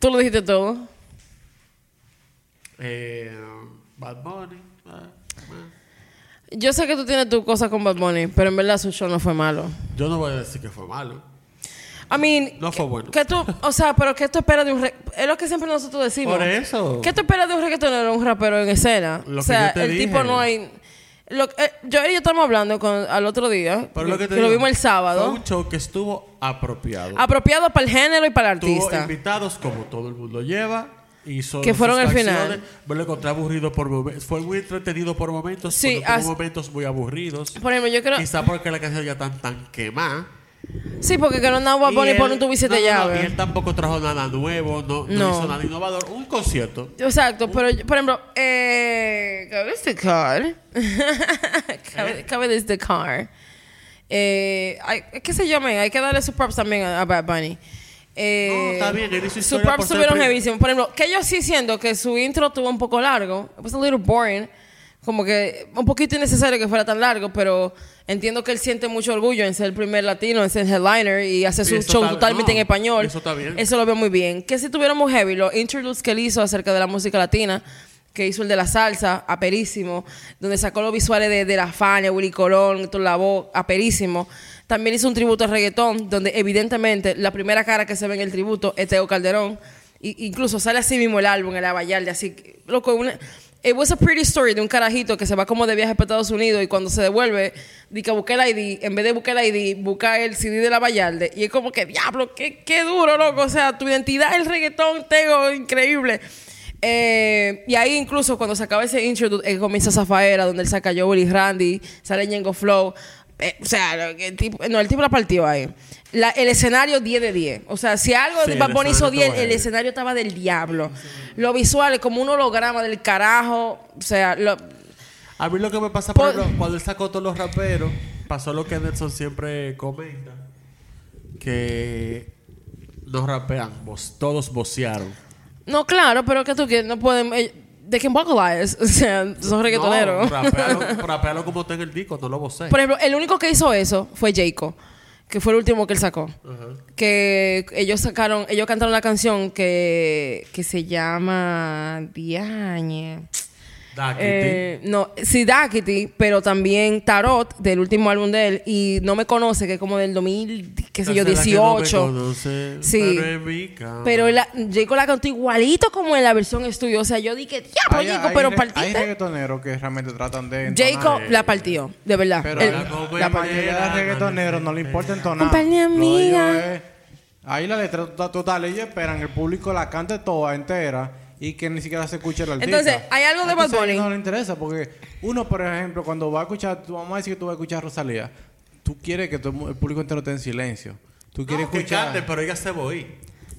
Speaker 3: Tú lo dijiste todo.
Speaker 4: Eh, Bad Bunny. ah, ah.
Speaker 3: Yo sé que tú tienes tu cosa con Bad Bunny, pero en verdad su show no fue malo.
Speaker 4: Yo no voy a decir que fue malo.
Speaker 3: I mean,
Speaker 4: No fue bueno.
Speaker 3: que tú, o sea, pero que tú esperas de un re- es lo que siempre nosotros decimos.
Speaker 4: Por eso.
Speaker 3: ¿Qué tú esperas de un reggaetonero, un rapero en escena?
Speaker 4: Lo
Speaker 3: o
Speaker 4: que
Speaker 3: sea,
Speaker 4: yo te
Speaker 3: el
Speaker 4: dije.
Speaker 3: tipo no hay lo- eh, yo y yo estamos hablando con al otro día,
Speaker 4: Pero lo que te
Speaker 3: lo
Speaker 4: digo,
Speaker 3: vimos el
Speaker 4: Fue
Speaker 3: sábado,
Speaker 4: un show que estuvo apropiado.
Speaker 3: apropiado para el género y para el
Speaker 4: Tuvo
Speaker 3: artista.
Speaker 4: invitados como todo el mundo lleva. Hizo
Speaker 3: Que fueron
Speaker 4: sus
Speaker 3: al final.
Speaker 4: canciones. Me lo encontré aburrido por momentos. Fue muy entretenido por momentos.
Speaker 3: Sí,
Speaker 4: pero tuvo
Speaker 3: as-
Speaker 4: momentos muy aburridos.
Speaker 3: Por ejemplo, yo creo
Speaker 4: Quizá porque la canción ya tan tan quemada.
Speaker 3: Sí, porque que no andaba Bad Bunny
Speaker 4: él-
Speaker 3: por un tubiste
Speaker 4: no,
Speaker 3: de
Speaker 4: no, no,
Speaker 3: llave.
Speaker 4: y él tampoco trajo nada nuevo, no, no
Speaker 3: No.
Speaker 4: hizo nada innovador. Un concierto.
Speaker 3: Exacto, pero yo- por ejemplo, eh, cabe destacar, cabe, cabe destacar, eh, hay, ¿qué se llaman? Hay que darle sus props también a, a Bad Bunny. Eh,
Speaker 4: No, está bien, él hizo
Speaker 3: sus
Speaker 4: historia por
Speaker 3: props
Speaker 4: ser
Speaker 3: estuvieron
Speaker 4: prim-
Speaker 3: heavísimos. Por ejemplo, que yo sí siento que su intro tuvo un poco largo, it was a little boring, como que un poquito innecesario que fuera tan largo, pero entiendo que él siente mucho orgullo en ser el primer latino, en ser headliner y hacer
Speaker 4: Sí,
Speaker 3: su
Speaker 4: eso
Speaker 3: show
Speaker 4: está-
Speaker 3: totalmente
Speaker 4: no,
Speaker 3: en español.
Speaker 4: eso está bien.
Speaker 3: Eso lo veo muy bien. Que si tuviéramos heavy, los interludes que él hizo acerca de la música latina, que hizo el de la salsa, aperísimo, donde sacó los visuales de, de La Fania, Willy Colón, Héctor Lavoe, aperísimo. También hizo un tributo al reggaetón, donde evidentemente la primera cara que se ve en el tributo es Teo Calderón. Y- incluso sale así mismo el álbum, el Abayalde, así, que, loco, una... It was a pretty story de un carajito que se va como de viaje para Estados Unidos y cuando se devuelve, dice que busque el ID, en vez de buscar el ID, busca el CD de la Vallarde. Y es como que, diablo, qué, qué duro, loco. O sea, tu identidad, el reggaetón, tego, increíble. Eh, y ahí incluso cuando se acaba ese intro, eh, comienza Zafaera, donde él saca Joey Randy, sale Ñengo Flow. Eh, o sea, lo que el tipo, no, el tipo la partió ahí. La- el escenario 10 de 10. O sea, si algo
Speaker 4: Sí,
Speaker 3: de
Speaker 4: el
Speaker 3: Bad Bunny hizo
Speaker 4: escenario
Speaker 3: 10,
Speaker 4: estaba
Speaker 3: el
Speaker 4: heavy.
Speaker 3: escenario estaba del diablo. Lo visual es como un holograma del carajo. O sea, lo-
Speaker 4: A mí lo que me pasa, por
Speaker 3: Por-
Speaker 4: ejemplo, cuando él sacó todos los raperos, pasó lo que Nelson siempre comenta, que no rapeamos, todos vocearon.
Speaker 3: no, claro, pero que tú quieres, no pueden. eh, They can vocalize. O sea, son reggaetoneros.
Speaker 4: No, rapearon, rapearon como está en el disco, no lo vocé.
Speaker 3: Por ejemplo, el único que hizo eso fue Jacob, que fue el último que él sacó. Que ellos sacaron, ellos cantaron la canción que, que se llama Diañe.
Speaker 4: Daquiti.
Speaker 3: Eh, no, sí, Daquiti, pero también Tarot, del último álbum de él, y No Me Conoce, que es como del 2000, qué sé yo,
Speaker 4: Esa es la que no me
Speaker 3: 18.
Speaker 4: conoce,
Speaker 3: Sí.
Speaker 4: pero es mi cama.
Speaker 3: pero la, Jacob la cantó igualito como en la versión estudio. O sea, yo dije, diablo, Jacob, pero
Speaker 2: re- Hay
Speaker 3: partiste.
Speaker 2: reggaetoneros que realmente tratan de. entonar,
Speaker 3: Jacob
Speaker 2: eh,
Speaker 3: la partió, de verdad.
Speaker 2: Pero
Speaker 3: El-
Speaker 4: la
Speaker 2: la, la mayoría de reggaetoneros no le importa entonar.
Speaker 3: Compañía
Speaker 2: Lo de ellos
Speaker 3: amiga.
Speaker 2: es- Ahí la letra total, total, ellos esperan que el público la cante toda entera y que ni siquiera se escuche la artista.
Speaker 3: Entonces, hay algo de Bad
Speaker 2: Entonces, a ellos
Speaker 3: Bunny.
Speaker 2: No le interesa porque uno, por ejemplo, cuando va a escuchar, tú vamos a decir que tú vas a escuchar a Rosalía, tú quieres que todo el mu- el público entero esté en silencio. Tú quieres
Speaker 4: No, que
Speaker 2: escuchar.
Speaker 4: cante, pero ella se voy.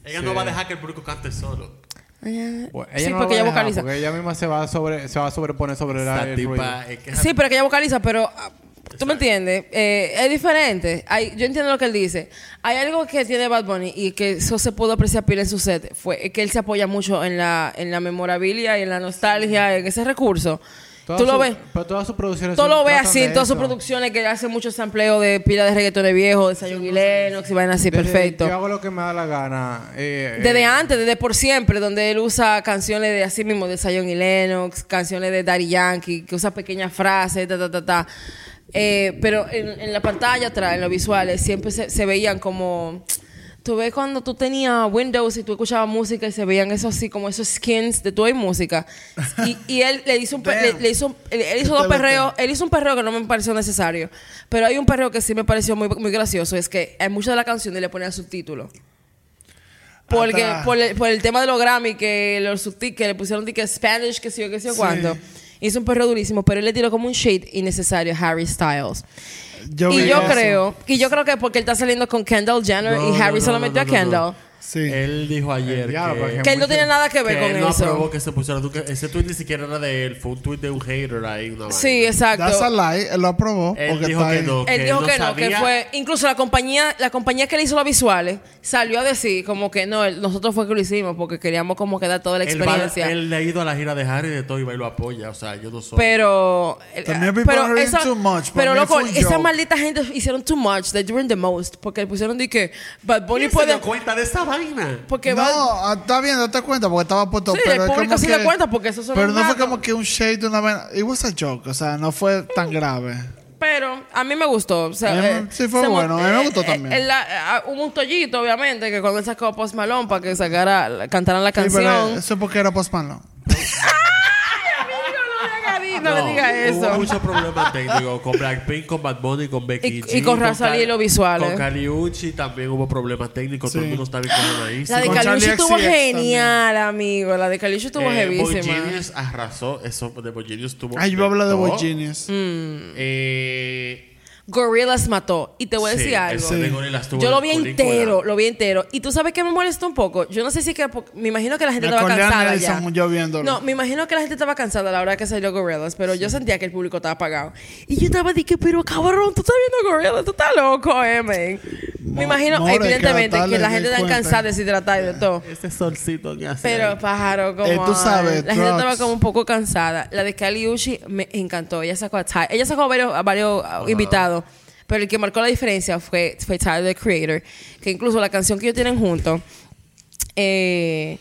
Speaker 4: Ella
Speaker 2: Sí.
Speaker 4: no va a dejar que el público cante solo.
Speaker 2: Bueno,
Speaker 3: Sí,
Speaker 2: Pues, no
Speaker 3: porque
Speaker 2: lo va a
Speaker 3: ella
Speaker 2: dejar,
Speaker 3: vocaliza.
Speaker 2: Porque ella misma se va a sobre, se va a sobreponer sobre la,
Speaker 4: Esta
Speaker 2: el ruido.
Speaker 4: tipa es que esa
Speaker 3: Sí, pero que ella vocaliza, pero ah, tú me entiendes, Eh, es diferente. Hay- yo entiendo lo que él dice. Hay algo que tiene Bad Bunny y que eso se pudo apreciar pila en su set, fue que él se apoya mucho en la, en la memorabilia y en la nostalgia, en ese recurso.
Speaker 2: Todas
Speaker 3: tú lo
Speaker 2: sus-
Speaker 3: ves.
Speaker 2: Pero todas sus producciones.
Speaker 3: Tú
Speaker 2: son-
Speaker 3: lo ves
Speaker 2: tratan
Speaker 3: así
Speaker 2: de
Speaker 3: en todas sus
Speaker 2: eso.
Speaker 3: producciones que hace mucho sampleo de pila de reggaetones viejos, de Sayon y Lennox y vainas así,
Speaker 2: Desde-
Speaker 3: perfecto.
Speaker 2: Yo hago lo que me da la gana. eh, eh,
Speaker 3: Desde antes, desde por siempre, donde él usa canciones de así mismo, de Zion y Lennox, canciones de Daddy Yankee, que usa pequeñas frases, ta, ta, ta, ta. Eh, pero en, en la pantalla atrás, en los visuales, siempre se, se veían como... Tú ves cuando tú tenías Windows y tú escuchabas música y se veían esos así, como esos skins de tu música. Y, y él le hizo un... pe- le- le hizo, él- él hizo dos
Speaker 5: Totalmente.
Speaker 3: perreos él hizo un perreo que no me pareció necesario. Pero hay un perreo que sí me pareció muy, muy gracioso. Es que en muchas de las canciones le ponían subtítulos. Porque,
Speaker 5: Hasta-
Speaker 3: por, el, por el tema de los Grammy, que los subtítulos, que le pusieron que Spanish, que sé yo, que sé yo
Speaker 5: Sí.
Speaker 3: cuánto. Hizo un perreo durísimo, pero él le tiró como un shade innecesario a Harry Styles.
Speaker 5: Yo
Speaker 3: y
Speaker 5: vi
Speaker 3: yo
Speaker 5: eso.
Speaker 3: creo, y yo creo que porque él está saliendo con Kendall Jenner
Speaker 4: No,
Speaker 3: y Harry
Speaker 4: no,
Speaker 3: se
Speaker 4: no,
Speaker 3: lo
Speaker 4: no, no,
Speaker 3: metió a Kendall.
Speaker 4: no, no.
Speaker 5: Sí.
Speaker 4: Él dijo ayer
Speaker 2: El diablo, por
Speaker 4: que,
Speaker 2: ejemplo.
Speaker 3: Que él no tiene nada que ver
Speaker 4: que
Speaker 3: con
Speaker 4: él no
Speaker 3: eso.
Speaker 4: aprobó que se pusiera tu- que ese tweet ni siquiera era de él, fue un tweet de un hater ahí. Una
Speaker 3: Sí,
Speaker 4: vaina.
Speaker 3: exacto.
Speaker 5: That's a lie. Él lo aprobó.
Speaker 4: Él
Speaker 5: porque
Speaker 4: dijo
Speaker 5: está
Speaker 4: que
Speaker 5: ahí.
Speaker 4: no.
Speaker 3: Él dijo
Speaker 4: no
Speaker 3: que no, que
Speaker 4: sabía-
Speaker 3: fue. Incluso la compañía, la compañía que le hizo los visuales salió a decir como que no, él- nosotros fue que lo hicimos porque queríamos como que dar toda la
Speaker 4: Él, va-
Speaker 3: experiencia.
Speaker 4: él le ha ido a la gira de Harry de todo y va y lo apoya. O sea, yo no soy.
Speaker 3: pero eh,
Speaker 5: También people
Speaker 3: pero
Speaker 5: are doing
Speaker 3: esa,
Speaker 5: too much. Para
Speaker 3: pero
Speaker 5: mí
Speaker 3: loco
Speaker 5: fue un
Speaker 3: esa
Speaker 5: joke.
Speaker 3: maldita gente hicieron too much they doing the most porque pusieron de que Bad Bunny
Speaker 4: ¿Quién se
Speaker 3: puede
Speaker 4: dio cuenta de esa vaina?
Speaker 3: porque
Speaker 5: no,
Speaker 3: Bad-
Speaker 5: ah, está bien, date cuenta porque estaba puesto.
Speaker 3: Sí,
Speaker 5: pero
Speaker 3: el
Speaker 5: es
Speaker 3: público
Speaker 5: como
Speaker 3: se
Speaker 5: que-
Speaker 3: dio cuenta porque eso son
Speaker 5: Pero no fue
Speaker 3: ratos.
Speaker 5: como que un shade de una vaina. It was a joke, o sea, no fue tan
Speaker 3: Mm.
Speaker 5: grave.
Speaker 3: pero a mí me gustó o sea,
Speaker 5: A mí me-
Speaker 3: eh,
Speaker 5: sí fue
Speaker 3: se mon-
Speaker 5: bueno, a mí me
Speaker 3: eh,
Speaker 5: gustó
Speaker 3: eh,
Speaker 5: también.
Speaker 3: eh, la- eh, hubo un tollito obviamente que cuando él sacó Post Malone para que sacara cantaran la
Speaker 5: Sí,
Speaker 3: canción
Speaker 5: pero eso es porque era Post Malone.
Speaker 3: Ay, no, le diga
Speaker 4: Hubo
Speaker 3: eso
Speaker 4: muchos problemas técnicos con Blackpink, con Bad Bunny, con Becky
Speaker 3: Y-
Speaker 4: G,
Speaker 3: y con
Speaker 4: Kali-
Speaker 3: Rosalía y los visuales.
Speaker 4: Con Caliucci también hubo problemas técnicos. Todo el
Speaker 5: Sí.
Speaker 4: mundo está bien con ahí.
Speaker 3: la de
Speaker 5: con
Speaker 3: Caliucci
Speaker 5: Charli
Speaker 3: estuvo
Speaker 5: XCX también.
Speaker 3: genial amigo la de Caliucci estuvo
Speaker 4: Boy
Speaker 3: heavísima
Speaker 4: Genius Eh, arrasó. Eso de Boy Genius tuvo.
Speaker 5: Ay, yo voy a hablar de
Speaker 4: todo.
Speaker 5: Boy Genius.
Speaker 3: Mm.
Speaker 4: Eh,
Speaker 3: Gorillaz mató. Y te voy a
Speaker 4: Sí,
Speaker 3: decir algo.
Speaker 4: ese de Gorillaz tuvo
Speaker 3: Yo lo
Speaker 4: la
Speaker 3: vi
Speaker 4: película.
Speaker 3: entero, lo vi entero. Y tú sabes que me molesta un poco. Yo no sé si que po- me imagino que la gente
Speaker 5: Me
Speaker 3: estaba
Speaker 5: acordé a
Speaker 3: cansada ya.
Speaker 5: Nelson yo viéndolo.
Speaker 3: No, me imagino que la gente estaba cansada a la hora que salió Gorillaz, pero yo sentía que el público estaba apagado. Y yo estaba de que, pero cabrón, tú estás viendo Gorillaz, tú estás loco, eh, man. Me imagino,
Speaker 5: more,
Speaker 3: evidentemente,
Speaker 5: que
Speaker 3: que la
Speaker 5: tratarle
Speaker 3: gente
Speaker 5: de
Speaker 3: está
Speaker 5: cuenta.
Speaker 3: cansada, deshidratada y de todo.
Speaker 4: ese solcito que hace.
Speaker 3: Pero pájaro, como.
Speaker 5: Eh, tú sabes,
Speaker 3: La gente estaba
Speaker 5: Trucks.
Speaker 3: como un poco cansada. La de Kali Uchi me encantó. Ella sacó a Ty. Ella sacó a varios, a varios ah, invitados. Pero el que marcó la diferencia fue, fue Tyler, the Creator. Que incluso la canción que ellos tienen juntos. eh,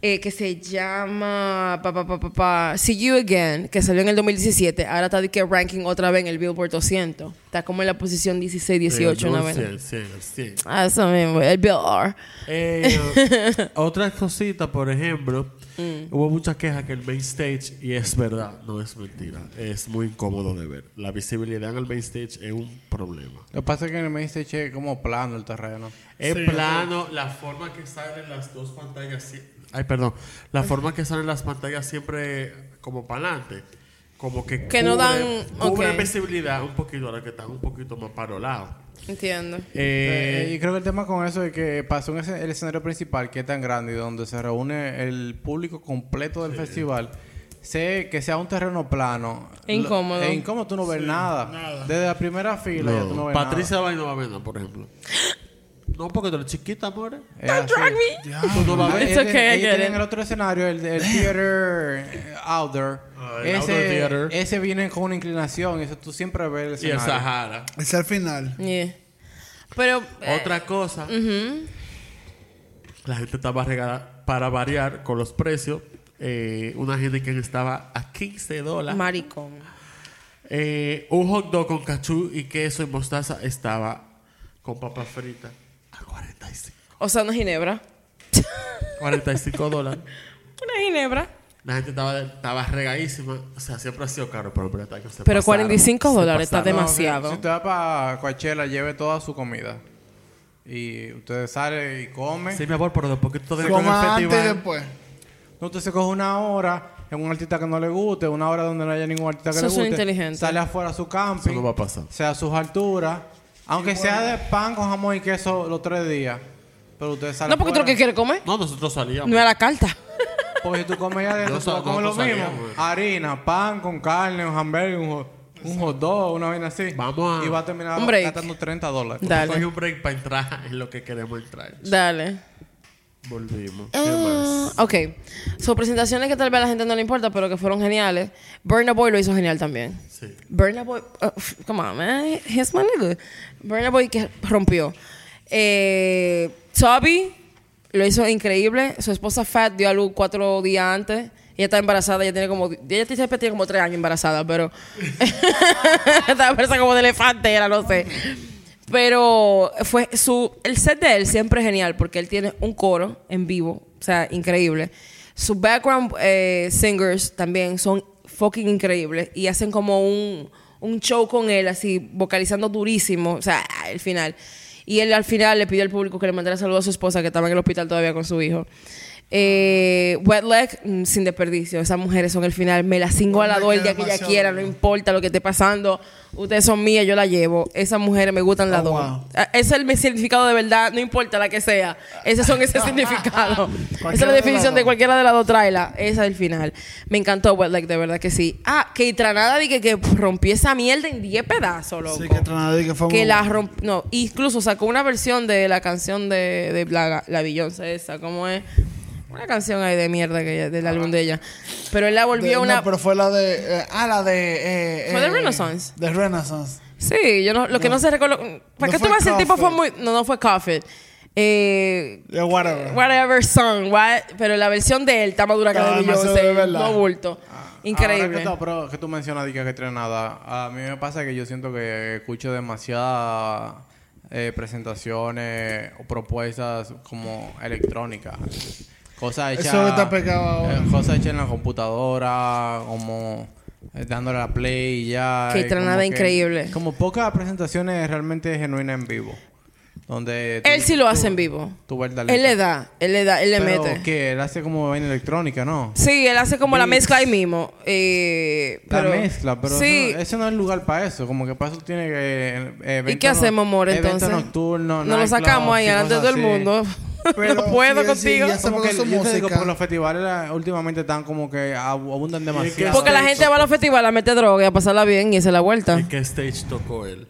Speaker 3: eh, que se llama pa, pa, pa, pa, pa, See You Again, que salió en el 2017. Ahora está de que ranking otra vez en el Billboard 200. Está como en la posición 16, 18, una vez.
Speaker 4: Sí, sí, sí.
Speaker 3: Ah, Eso mismo, el Billboard.
Speaker 4: Eh, otra cosita, por ejemplo,
Speaker 3: Mm.
Speaker 4: hubo muchas quejas que el main stage, y es verdad, no es mentira, es muy incómodo de ver. La visibilidad en el main stage es un problema.
Speaker 2: Lo que pasa es que me dice che como plano el terreno.
Speaker 4: Es plano, la forma que salen las dos pantallas. si- Ay, perdón. La forma que salen las pantallas siempre como para adelante. Como que.
Speaker 3: Que no dan-
Speaker 4: Cubre
Speaker 3: ok.
Speaker 4: visibilidad un poquito, ahora que están un poquito más parolados.
Speaker 3: Entiendo.
Speaker 2: Eh, y creo que el tema con eso es que pasó en ese- el escenario principal, que es tan grande y donde se reúne el público completo del festival, sé que sea un terreno plano.
Speaker 3: E incómodo.
Speaker 2: Lo- e incómodo, tú no ves nada. Desde la primera fila ya tú no ves
Speaker 4: Patricia Baino Bavena, por ejemplo. No, porque tú eres chiquita, amores.
Speaker 2: nada. Patricia,
Speaker 4: Tú no vas a ver.
Speaker 3: It's okay, I get it.
Speaker 2: en el otro escenario, el, el theater eh, outdoor.
Speaker 4: Ah, el outdoor
Speaker 2: ese,
Speaker 4: theater.
Speaker 2: ese viene con una inclinación, eso tú siempre ves el
Speaker 4: Y el
Speaker 2: escenario.
Speaker 4: Sahara.
Speaker 5: Es el final.
Speaker 3: Yeah. Pero eh,
Speaker 4: Otra cosa. La gente estaba regalada para variar con los precios. Eh, una gente que estaba a 15 dólares.
Speaker 3: maricón.
Speaker 4: Eh, un hot dog con cachú y queso y mostaza estaba con papa frita a 45,
Speaker 3: O sea, una ginebra.
Speaker 4: 45 dólares.
Speaker 3: Una ginebra.
Speaker 4: La gente estaba, estaba regadísima. O sea, siempre ha sido caro, pero, pero, esta que se
Speaker 3: Pero
Speaker 4: pasaron,
Speaker 3: 45
Speaker 4: se
Speaker 3: dólares está
Speaker 4: pasaron.
Speaker 2: No,
Speaker 3: demasiado.
Speaker 2: Si usted va para Coachella, lleve toda su comida. Y usted sale y come.
Speaker 4: Sí, mi amor, pero después que tú te
Speaker 5: Coma antes y después.
Speaker 2: No, usted se coge una hora en un artista que no le guste, una hora donde no haya ningún artista que
Speaker 3: Eso
Speaker 2: le
Speaker 3: suena
Speaker 2: guste.
Speaker 3: inteligente.
Speaker 2: Sale afuera a su camping.
Speaker 4: Eso no va a pasar.
Speaker 2: Sea a sus alturas. Aunque sea de pan con jamón y queso los tres días. Pero usted sale
Speaker 3: No, porque tú lo
Speaker 2: afuera.
Speaker 3: que quieres comer.
Speaker 4: No, nosotros salíamos.
Speaker 3: No es la carta.
Speaker 2: Porque si tú comes ya
Speaker 4: Yo
Speaker 2: adentro, tú
Speaker 4: sal-
Speaker 2: vas a comer lo
Speaker 4: nosotros
Speaker 2: mismo.
Speaker 4: salíamos.
Speaker 2: Harina, pan con carne, un hamburger, un, hot- un hot dog, una vaina así.
Speaker 4: Vamos a-
Speaker 2: Y va a terminar
Speaker 3: Un break.
Speaker 2: gastando 30 dólares.
Speaker 4: Cogí
Speaker 3: Dale.
Speaker 4: un break para entrar en lo que queremos entrar.
Speaker 3: Dale.
Speaker 4: Volvimos. ¿Qué
Speaker 3: Ah,
Speaker 4: más?
Speaker 3: ok. Sus presentaciones que tal vez a la gente no le importa, pero que fueron geniales. Burna Boy lo hizo genial también.
Speaker 4: Sí.
Speaker 3: Burna Boy, uh, f- come on, man. He's my nigga. Burna Boy que rompió. Eh, Toby lo hizo increíble. Su esposa Fat dio a luz cuatro días antes. Ella está embarazada, ella tiene como. Ella siempre tiene como tres años embarazada, pero. Estaba embarazada como de elefante, era, no sé. Pero fue su. El set de él siempre es genial porque él tiene un coro en vivo, o sea, increíble. Sus background eh, singers también son fucking increíbles y hacen como un, un show con él, así, vocalizando durísimo, o sea, el final. Y él al final le pidió al público que le mandara saludos a su esposa que estaba en el hospital todavía con su hijo. Eh, wet leg, mm, sin desperdicio. Esas mujeres son el final. Me las cingo a la
Speaker 5: Hombre,
Speaker 3: doy el
Speaker 5: que
Speaker 3: día que ella
Speaker 5: Oh demasiado
Speaker 3: quiera, no
Speaker 5: bueno.
Speaker 3: importa lo que esté pasando. Ustedes son mías, yo la llevo. Esas mujeres me gustan las
Speaker 5: Oh,
Speaker 3: dos.
Speaker 5: wow.
Speaker 3: Ah, Ese es el significado de verdad, no importa la que sea. Esos son ese significado. Esa es
Speaker 5: Cualquiera
Speaker 3: la
Speaker 5: de
Speaker 3: definición
Speaker 5: las
Speaker 3: de
Speaker 5: dos.
Speaker 3: cualquiera de las dos tráela. Esa es el final. Me encantó wet leg, de verdad que sí. Ah, que Itranada dije que rompí esa mierda en 10 pedazos, loco.
Speaker 5: Sí, que Tronado y que fue
Speaker 3: Que
Speaker 5: muy
Speaker 3: la
Speaker 5: bueno.
Speaker 3: romp... No, incluso sacó una versión de la canción de, de la, la Beyoncé esa, ¿cómo es? Una canción ahí de mierda que ella- del álbum de ella. Pero él la volvió
Speaker 5: Ah. De- no,
Speaker 3: una...
Speaker 5: pero fue la de. eh, ah, la de. eh,
Speaker 3: ¿Fue de
Speaker 5: eh,
Speaker 3: Renaissance?
Speaker 5: De Renaissance.
Speaker 3: Sí, yo no... Lo que no se reconoce... ¿Para
Speaker 5: No
Speaker 3: qué tú
Speaker 5: fue
Speaker 3: vas a decir? El tipo fue muy...
Speaker 5: Coffee.
Speaker 3: No, no fue Coffee. Eh,
Speaker 5: De whatever.
Speaker 3: whatever song, what- pero la versión de él está más dura que
Speaker 2: Ah,
Speaker 3: la de
Speaker 5: Está demasiado
Speaker 3: Beyoncé.
Speaker 5: de verdad.
Speaker 3: No bulto.
Speaker 2: Ahora que,
Speaker 3: Increíble.
Speaker 2: tú, pero que tú mencionas de que, que Trenada, a mí me pasa que yo siento que escucho demasiadas eh, presentaciones o propuestas como electrónicas. Cosas hechas.
Speaker 5: Eso está pegado ahora.
Speaker 2: eh, cosas hechas en la computadora, como eh, dándole la play y ya.
Speaker 3: Que
Speaker 2: y como
Speaker 3: Trenada increíble.
Speaker 2: Como pocas presentaciones realmente genuinas en vivo. Donde tú-
Speaker 3: Él sí lo
Speaker 2: tú-
Speaker 3: hace en vivo.
Speaker 2: tú ves el talento.
Speaker 3: Él le da, él le da, él le
Speaker 2: Pero
Speaker 3: mete.
Speaker 2: que él hace como vaina electrónica, ¿no?
Speaker 3: Sí, él hace como la
Speaker 2: Beats.
Speaker 3: mezcla ahí mismo. eh,
Speaker 2: La
Speaker 3: pero-
Speaker 2: mezcla, pero
Speaker 3: sí.
Speaker 2: eso no- ese no es el lugar para eso. Como que para eso tiene que... eh,
Speaker 3: ¿Y
Speaker 2: eventos
Speaker 3: qué hacemos,
Speaker 2: no-
Speaker 3: amor,
Speaker 2: eventos
Speaker 3: entonces?
Speaker 2: nocturnos,
Speaker 3: Nos lo
Speaker 2: nightclubs
Speaker 3: sacamos ahí
Speaker 2: y
Speaker 3: delante de todo
Speaker 2: cosas
Speaker 3: el
Speaker 2: así.
Speaker 3: mundo.
Speaker 5: Pero
Speaker 3: no puedo
Speaker 5: sí,
Speaker 3: contigo.
Speaker 5: sí, ya se
Speaker 2: Como que
Speaker 5: Tampoco su
Speaker 2: yo te digo,
Speaker 5: música.
Speaker 2: porque los festivales eh, últimamente están como que ab- abundan demasiado.
Speaker 3: Porque la gente va a los festivales a meter droga y a pasarla bien y esa es la vuelta.
Speaker 4: ¿En qué stage tocó él?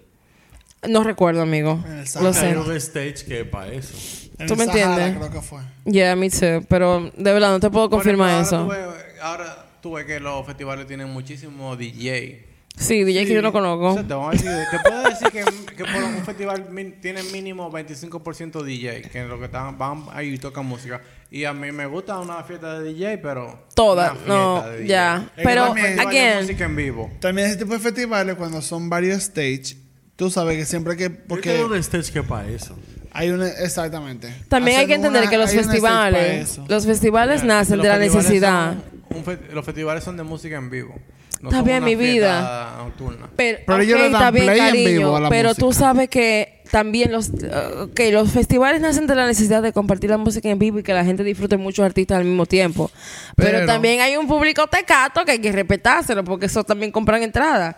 Speaker 3: No recuerdo, amigo.
Speaker 5: En el
Speaker 3: Lo
Speaker 5: Sahara.
Speaker 3: sé.
Speaker 4: Hay un stage que es para eso.
Speaker 5: En
Speaker 3: ¿Tú
Speaker 5: el
Speaker 3: me
Speaker 5: Sahara,
Speaker 3: entiendes?
Speaker 5: creo que fue.
Speaker 3: Yeah, me too. Pero de verdad, no te puedo
Speaker 2: Por
Speaker 3: confirmar
Speaker 2: ejemplo,
Speaker 3: eso.
Speaker 5: pues,
Speaker 2: Ahora tú ves- ahora tú ves que los festivales tienen muchísimos DJ.
Speaker 3: Sí, DJ que yo no
Speaker 2: O
Speaker 3: conozco.
Speaker 2: sea, te, vamos a decir, te puedo decir que, que por un festival min- tiene mínimo 25% DJ, que es lo que están, van ahí y tocan música. Y a mí me gusta una fiesta de DJ, pero...
Speaker 3: Toda,
Speaker 2: una
Speaker 3: no,
Speaker 2: fiesta de DJ.
Speaker 3: ya.
Speaker 5: que
Speaker 3: Pero,
Speaker 5: también-
Speaker 2: Festival de
Speaker 3: again,
Speaker 2: música en vivo.
Speaker 5: También ese tipo de festivales, cuando son varios stage, tú sabes que siempre que.
Speaker 4: Porque
Speaker 5: Porque
Speaker 4: hay un stage que es para eso.
Speaker 5: hay una. Exactamente.
Speaker 3: también hay que
Speaker 5: Hacen
Speaker 3: entender
Speaker 5: una-
Speaker 3: que los
Speaker 5: hay un stage para
Speaker 3: festivales,
Speaker 5: eso.
Speaker 3: los festivales
Speaker 2: Mira,
Speaker 3: nacen
Speaker 2: los
Speaker 3: de la
Speaker 2: festivales
Speaker 3: necesidad.
Speaker 2: son un fe- los festivales son de música en vivo. No
Speaker 3: Está
Speaker 2: son
Speaker 3: bien,
Speaker 2: una
Speaker 3: mi
Speaker 2: fiesta
Speaker 3: vida.
Speaker 2: Nocturna.
Speaker 3: Pero,
Speaker 5: Pero ellos
Speaker 3: ok,
Speaker 5: le dan
Speaker 3: está bien,
Speaker 5: play en
Speaker 3: cariño,
Speaker 5: vivo a la
Speaker 3: pero tú
Speaker 5: música.
Speaker 3: sabes que también los eh, que los festivales nacen de la necesidad de compartir la música en vivo y que la gente disfrute muchos artistas al mismo tiempo. Pero,
Speaker 5: Pero-
Speaker 3: también hay un público tecato que hay que respetárselo porque eso también compran entradas.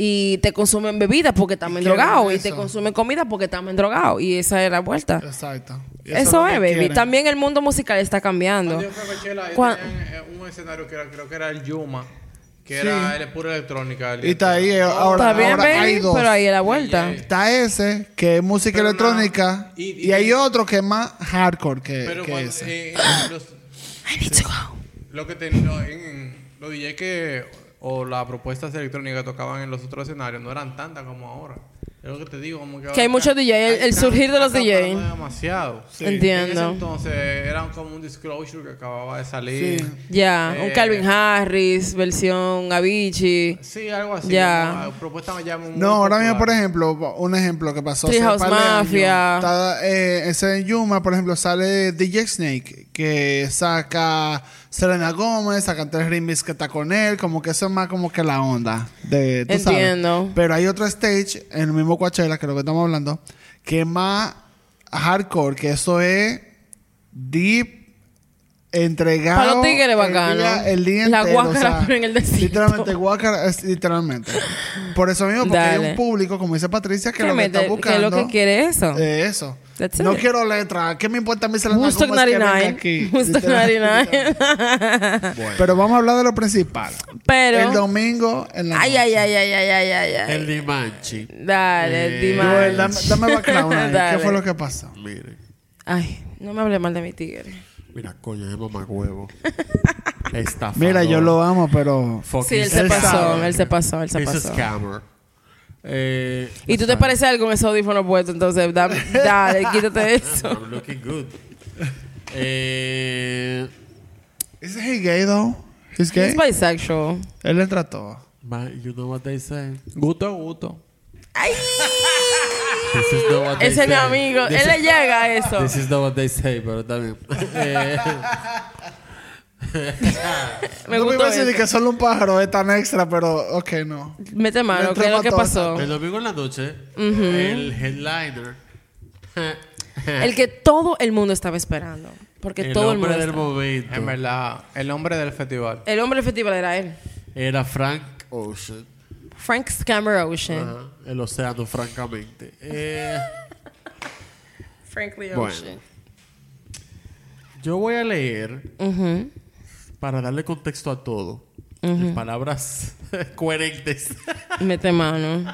Speaker 3: Y te consumen bebidas porque están
Speaker 5: qué
Speaker 3: drogados.
Speaker 5: bueno
Speaker 3: Y te
Speaker 5: eso.
Speaker 3: consumen comida porque están drogados. Y esa es la vuelta.
Speaker 5: Exacto. Y
Speaker 3: Eso,
Speaker 5: lo
Speaker 3: es,
Speaker 5: que
Speaker 3: baby.
Speaker 5: quieren.
Speaker 3: También el mundo musical está cambiando.
Speaker 2: Yo creo que Chela ahí
Speaker 3: Cuan-
Speaker 2: tenían, eh, un escenario que era, creo que era el Yuma, que
Speaker 5: Sí.
Speaker 2: era, era pura electrónica.
Speaker 5: Y está ahí. eh, Ahora,
Speaker 3: Está bien,
Speaker 5: ahora
Speaker 3: baby,
Speaker 5: hay dos.
Speaker 3: pero ahí es la vuelta.
Speaker 5: Está ese, que es música
Speaker 2: Pero nada.
Speaker 5: electrónica.
Speaker 2: Y-
Speaker 5: Y,
Speaker 2: y-
Speaker 5: hay otro que es más hardcore que,
Speaker 2: Pero
Speaker 5: que
Speaker 2: cuando,
Speaker 5: ese.
Speaker 2: eh, los,
Speaker 3: I need to go.
Speaker 2: lo que ten- lo- en, en- los DJ que o las propuestas electrónicas que tocaban en los otros escenarios no eran tantas como ahora. Es lo que te digo, como que, ahora
Speaker 3: hay muchos
Speaker 2: está-
Speaker 3: DJ, el-
Speaker 2: ahí
Speaker 3: el
Speaker 2: están
Speaker 3: surgir de los
Speaker 2: acaparando
Speaker 3: DJ.
Speaker 2: demasiado.
Speaker 3: Entiendo.
Speaker 2: En ese entonces era como un disclosure que acababa de salir.
Speaker 5: Sí.
Speaker 3: Ya, un
Speaker 2: Eh,
Speaker 3: Calvin Harris, versión Avicii.
Speaker 2: Sí, algo así.
Speaker 3: Ya.
Speaker 2: como, ah, propuesta ya muy
Speaker 5: No, ahora mismo,
Speaker 2: popular.
Speaker 5: por ejemplo, un ejemplo que pasó.
Speaker 3: Three
Speaker 5: hace
Speaker 3: House
Speaker 5: par de años.
Speaker 3: Mafia.
Speaker 5: Está, eh, ese en Yuma, por ejemplo, sale DJ Snake, que saca Selena Gómez, saca tres remix que está con él, como que eso es más como que la onda. De, tú sabes.
Speaker 3: Entiendo.
Speaker 5: Pero hay otro stage en el mismo Coachella, que es lo que estamos hablando, que es más hardcore, que eso es deep. Entregado.
Speaker 3: Pa' los tigres bacano.
Speaker 5: El día, el día
Speaker 3: La
Speaker 5: entero, o
Speaker 3: guácara,
Speaker 5: sea,
Speaker 3: pero en el desierto.
Speaker 5: Literalmente, guácara es literalmente. Por eso mismo, porque hay
Speaker 3: Dale.
Speaker 5: un público, como dice Patricia, que
Speaker 3: ¿Qué
Speaker 5: lo que
Speaker 3: mete?
Speaker 5: está
Speaker 3: ¿Qué es
Speaker 5: buscando
Speaker 3: lo que quiere eso?
Speaker 5: eh, eso.
Speaker 3: That's
Speaker 5: no
Speaker 3: it.
Speaker 5: quiero letra. ¿Qué me importa a mí Selena Gomez
Speaker 3: Woodstock
Speaker 5: que venga
Speaker 3: 99.
Speaker 5: aquí?
Speaker 3: Woodstock
Speaker 5: Literal-
Speaker 3: 99.
Speaker 5: Pero vamos a hablar de lo principal. el
Speaker 3: Pero.
Speaker 5: domingo en la
Speaker 3: Ay,
Speaker 5: noche.
Speaker 3: ay, ay, ay, ay, ay, ay, ay.
Speaker 4: El Dimanchi.
Speaker 3: Dale,
Speaker 5: Joel,
Speaker 3: Dimas.
Speaker 5: Eh, dame, dame background ahí.
Speaker 3: Dale.
Speaker 5: ¿Qué fue lo que pasó?
Speaker 4: Miren.
Speaker 3: Ay, no me hable mal de mi tigre.
Speaker 4: Mira, coño, ese mamagüevo. Estafador.
Speaker 5: Mira, yo lo amo, pero...
Speaker 4: Fucking
Speaker 3: Sí, él se
Speaker 5: Él
Speaker 3: pasó,
Speaker 5: sabe.
Speaker 3: él se pasó, él se
Speaker 4: He's a
Speaker 3: pasó.
Speaker 4: scammer. Eh,
Speaker 3: ¿Y tú te
Speaker 4: sorry.
Speaker 3: pareces algo con esos audífonos puestos? Entonces, da- dale, quítate eso.
Speaker 4: I'm looking good. Eh,
Speaker 5: ¿Es he gay, though? ¿He's gay?
Speaker 3: Es bisexual.
Speaker 5: Él le trató.
Speaker 4: but you know what they say.
Speaker 2: Gusto a gusto.
Speaker 3: ¡Ay!
Speaker 4: This is not what they
Speaker 3: Ese es mi
Speaker 4: say.
Speaker 3: amigo.
Speaker 4: This
Speaker 3: Él le llega a eso.
Speaker 4: This is not what they say, pero también.
Speaker 3: Me
Speaker 5: no me
Speaker 3: gustó
Speaker 5: iba a decir
Speaker 3: eso.
Speaker 5: que solo un pájaro es tan extra, pero... Ok, no.
Speaker 3: Mete mano,
Speaker 5: Me
Speaker 3: ¿qué es lo que
Speaker 5: traumó todo
Speaker 3: pasó?
Speaker 4: el domingo en la noche, el headliner.
Speaker 3: el que todo el mundo estaba esperando. Porque
Speaker 4: Ah. el
Speaker 3: todo el
Speaker 4: hombre
Speaker 3: mundo. Em-
Speaker 4: del
Speaker 3: estaba-
Speaker 4: momento
Speaker 2: En verdad, el nombre del festival.
Speaker 3: el hombre del festival era él.
Speaker 4: era Frank Ocean.
Speaker 3: Frank Scammer Ocean.
Speaker 4: Ajá, el océano, francamente. Eh,
Speaker 3: Frankly
Speaker 4: Bueno.
Speaker 3: Ocean.
Speaker 4: yo voy a leer,
Speaker 3: Ujú.
Speaker 4: para darle contexto a todo, en palabras coherentes,
Speaker 3: Mete mano.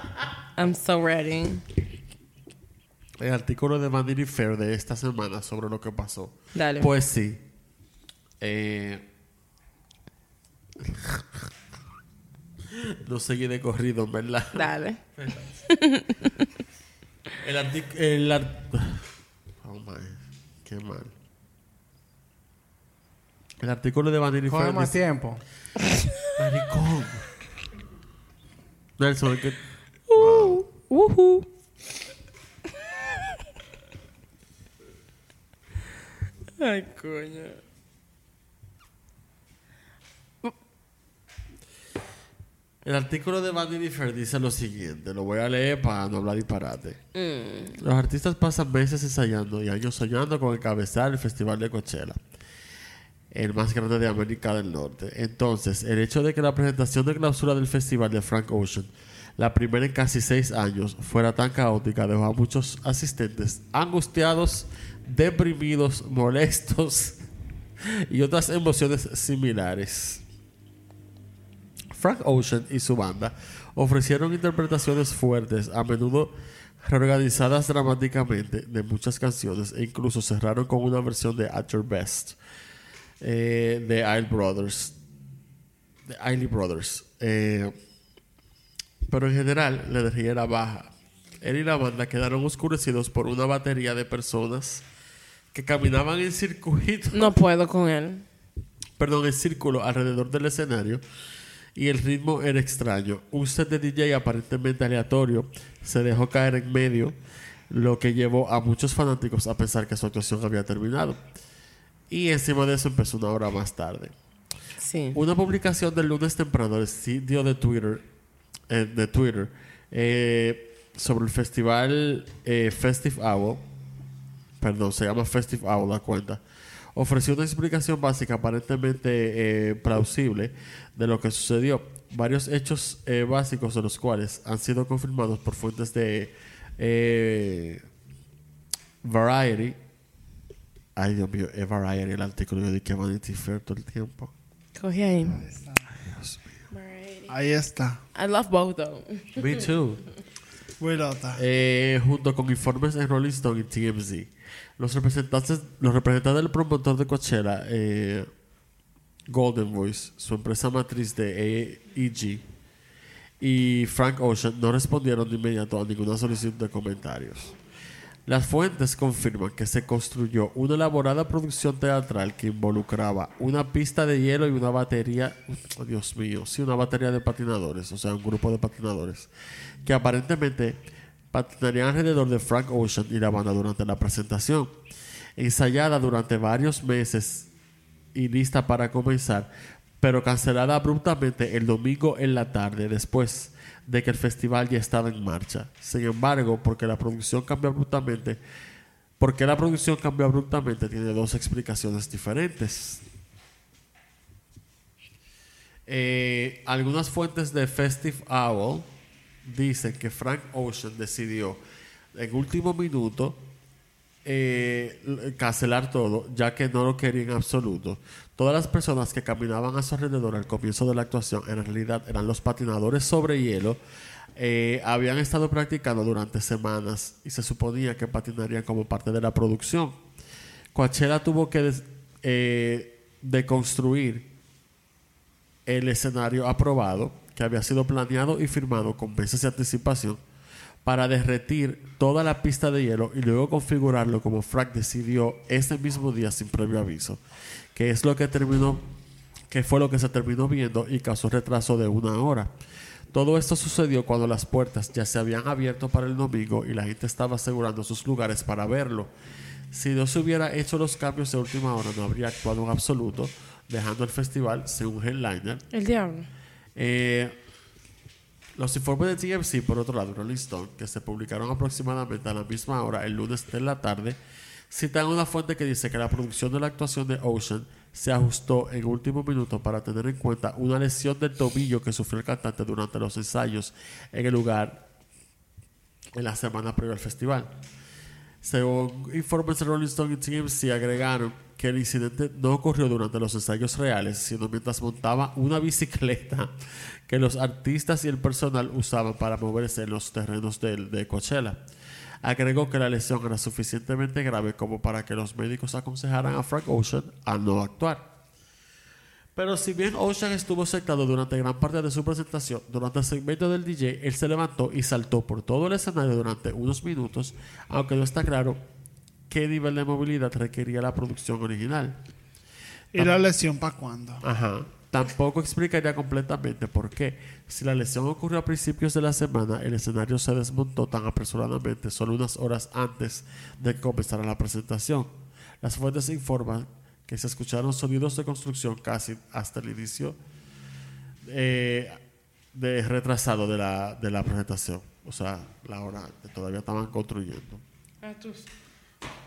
Speaker 3: I'm so ready.
Speaker 4: el artículo de Vanity Fair de esta semana sobre lo que pasó.
Speaker 3: Dale.
Speaker 4: Pues sí. Eh, no seguí de corrido, en ¿verdad?
Speaker 3: Dale.
Speaker 4: El artículo. El ar- Oh my, qué mal. El artículo de Vanity
Speaker 2: Coge
Speaker 4: Fair.
Speaker 2: más
Speaker 4: dice-
Speaker 2: tiempo.
Speaker 4: Maricón. Nelson, el que.
Speaker 3: Uh, ujú. Ay, coño.
Speaker 4: El artículo de Vanity Fair dice lo siguiente, lo voy a leer para no hablar disparate. Los artistas pasan meses ensayando y años soñando con encabezar el Festival de Coachella, el más grande de América del Norte. Entonces, el hecho de que la presentación de clausura del festival de Frank Ocean, la primera en casi seis años, fuera tan caótica dejó a muchos asistentes angustiados, deprimidos, molestos y otras emociones similares. Frank Ocean y su banda ofrecieron interpretaciones fuertes, a menudo reorganizadas dramáticamente, de muchas canciones e incluso cerraron con una versión de At Your Best eh, de Isle Brothers. De Isley Brothers. Eh, pero en general, la energía era baja. Él y la banda quedaron oscurecidos por una batería de personas que caminaban en circuito
Speaker 3: No puedo con él.
Speaker 4: perdón, el círculo alrededor del escenario y el ritmo era extraño. Un set de DJ aparentemente aleatorio se dejó caer en medio, lo que llevó a muchos fanáticos a pensar que su actuación había terminado. Y encima de eso empezó una hora más tarde.
Speaker 3: Sí.
Speaker 4: Una publicación del lunes temprano del sitio de Twitter, eh, de Twitter eh, sobre el festival eh, Festive Owl, perdón, se llama Festive Owl la cuenta, ofreció una explicación básica aparentemente eh, plausible de lo que sucedió. Varios hechos eh, básicos de los cuales han sido confirmados por fuentes de eh, Variety. Ay, Dios mío, es Variety el artículo. Yo dije Vanity Fair todo el tiempo.
Speaker 3: Cogí ahí.
Speaker 5: Ahí está.
Speaker 3: I love both though.
Speaker 4: Me too.
Speaker 5: Wilota.
Speaker 4: Eh, junto con informes en Rolling Stone y TMZ. Los representantes, los representantes del promotor de Coachella, eh, Golden Voice, su empresa matriz de AEG, y Frank Ocean no respondieron de inmediato a ninguna solicitud de comentarios. Las fuentes confirman que se construyó una elaborada producción teatral que involucraba una pista de hielo y una batería, oh, Dios mío, sí, una batería de patinadores, o sea, un grupo de patinadores, que aparentemente patinarían alrededor de Frank Ocean y la banda durante la presentación. Ensayada durante varios meses y lista para comenzar, pero cancelada abruptamente el domingo en la tarde después de que el festival ya estaba en marcha. Sin embargo, porque la producción cambió abruptamente, porque la producción cambió abruptamente tiene dos explicaciones diferentes. Eh, algunas fuentes de Festive Owl dicen que Frank Ocean decidió en último minuto eh, l- cancelar todo, ya que no lo quería en absoluto. Todas las personas que caminaban a su alrededor al comienzo de la actuación en realidad eran los patinadores sobre hielo. eh, habían estado practicando durante semanas y se suponía que patinarían como parte de la producción. Coachella tuvo que des- eh, deconstruir el escenario aprobado que había sido planeado y firmado con meses de anticipación para derretir toda la pista de hielo y luego configurarlo como Frank decidió ese mismo día sin previo aviso, que es lo que terminó que fue lo que se terminó viendo y causó retraso de una hora. Todo esto sucedió cuando las puertas ya se habían abierto para el domingo y la gente estaba asegurando sus lugares para verlo. Si no se hubiera hecho los cambios de última hora, no habría actuado en absoluto, dejando el festival, según Headliner,
Speaker 3: El diablo.
Speaker 4: eh, Los informes de TMC, por otro lado, Rolling Stone, que se publicaron aproximadamente a la misma hora, el lunes de la tarde, citan una fuente que dice que la producción de la actuación de Ocean se ajustó en último minuto para tener en cuenta una lesión del tobillo que sufrió el cantante durante los ensayos en el lugar en la semana previa al festival. Según informes de Rolling Stone y TMC, agregaron que el incidente no ocurrió durante los ensayos reales, sino mientras montaba una bicicleta que los artistas y el personal usaban para moverse en los terrenos del- de, Coachella. Agregó que la lesión era suficientemente grave como para que los médicos aconsejaran a Frank Ocean a no actuar. Pero si bien Ocean estuvo sentado durante gran parte de su presentación, durante el segmento del DJ, él se levantó y saltó por todo el escenario durante unos minutos, aunque no está claro qué nivel de movilidad requería la producción original.
Speaker 5: ¿Y la lesión para cuándo?
Speaker 4: Ajá. Tampoco explicaría completamente por qué. Si la lesión ocurrió a principios de la semana, el escenario se desmontó tan apresuradamente solo unas horas antes de que comenzara la presentación. Las fuentes informan que se escucharon sonidos de construcción casi hasta el inicio eh, de retrasado de la, de la presentación. O sea, la hora antes. Todavía estaban construyendo.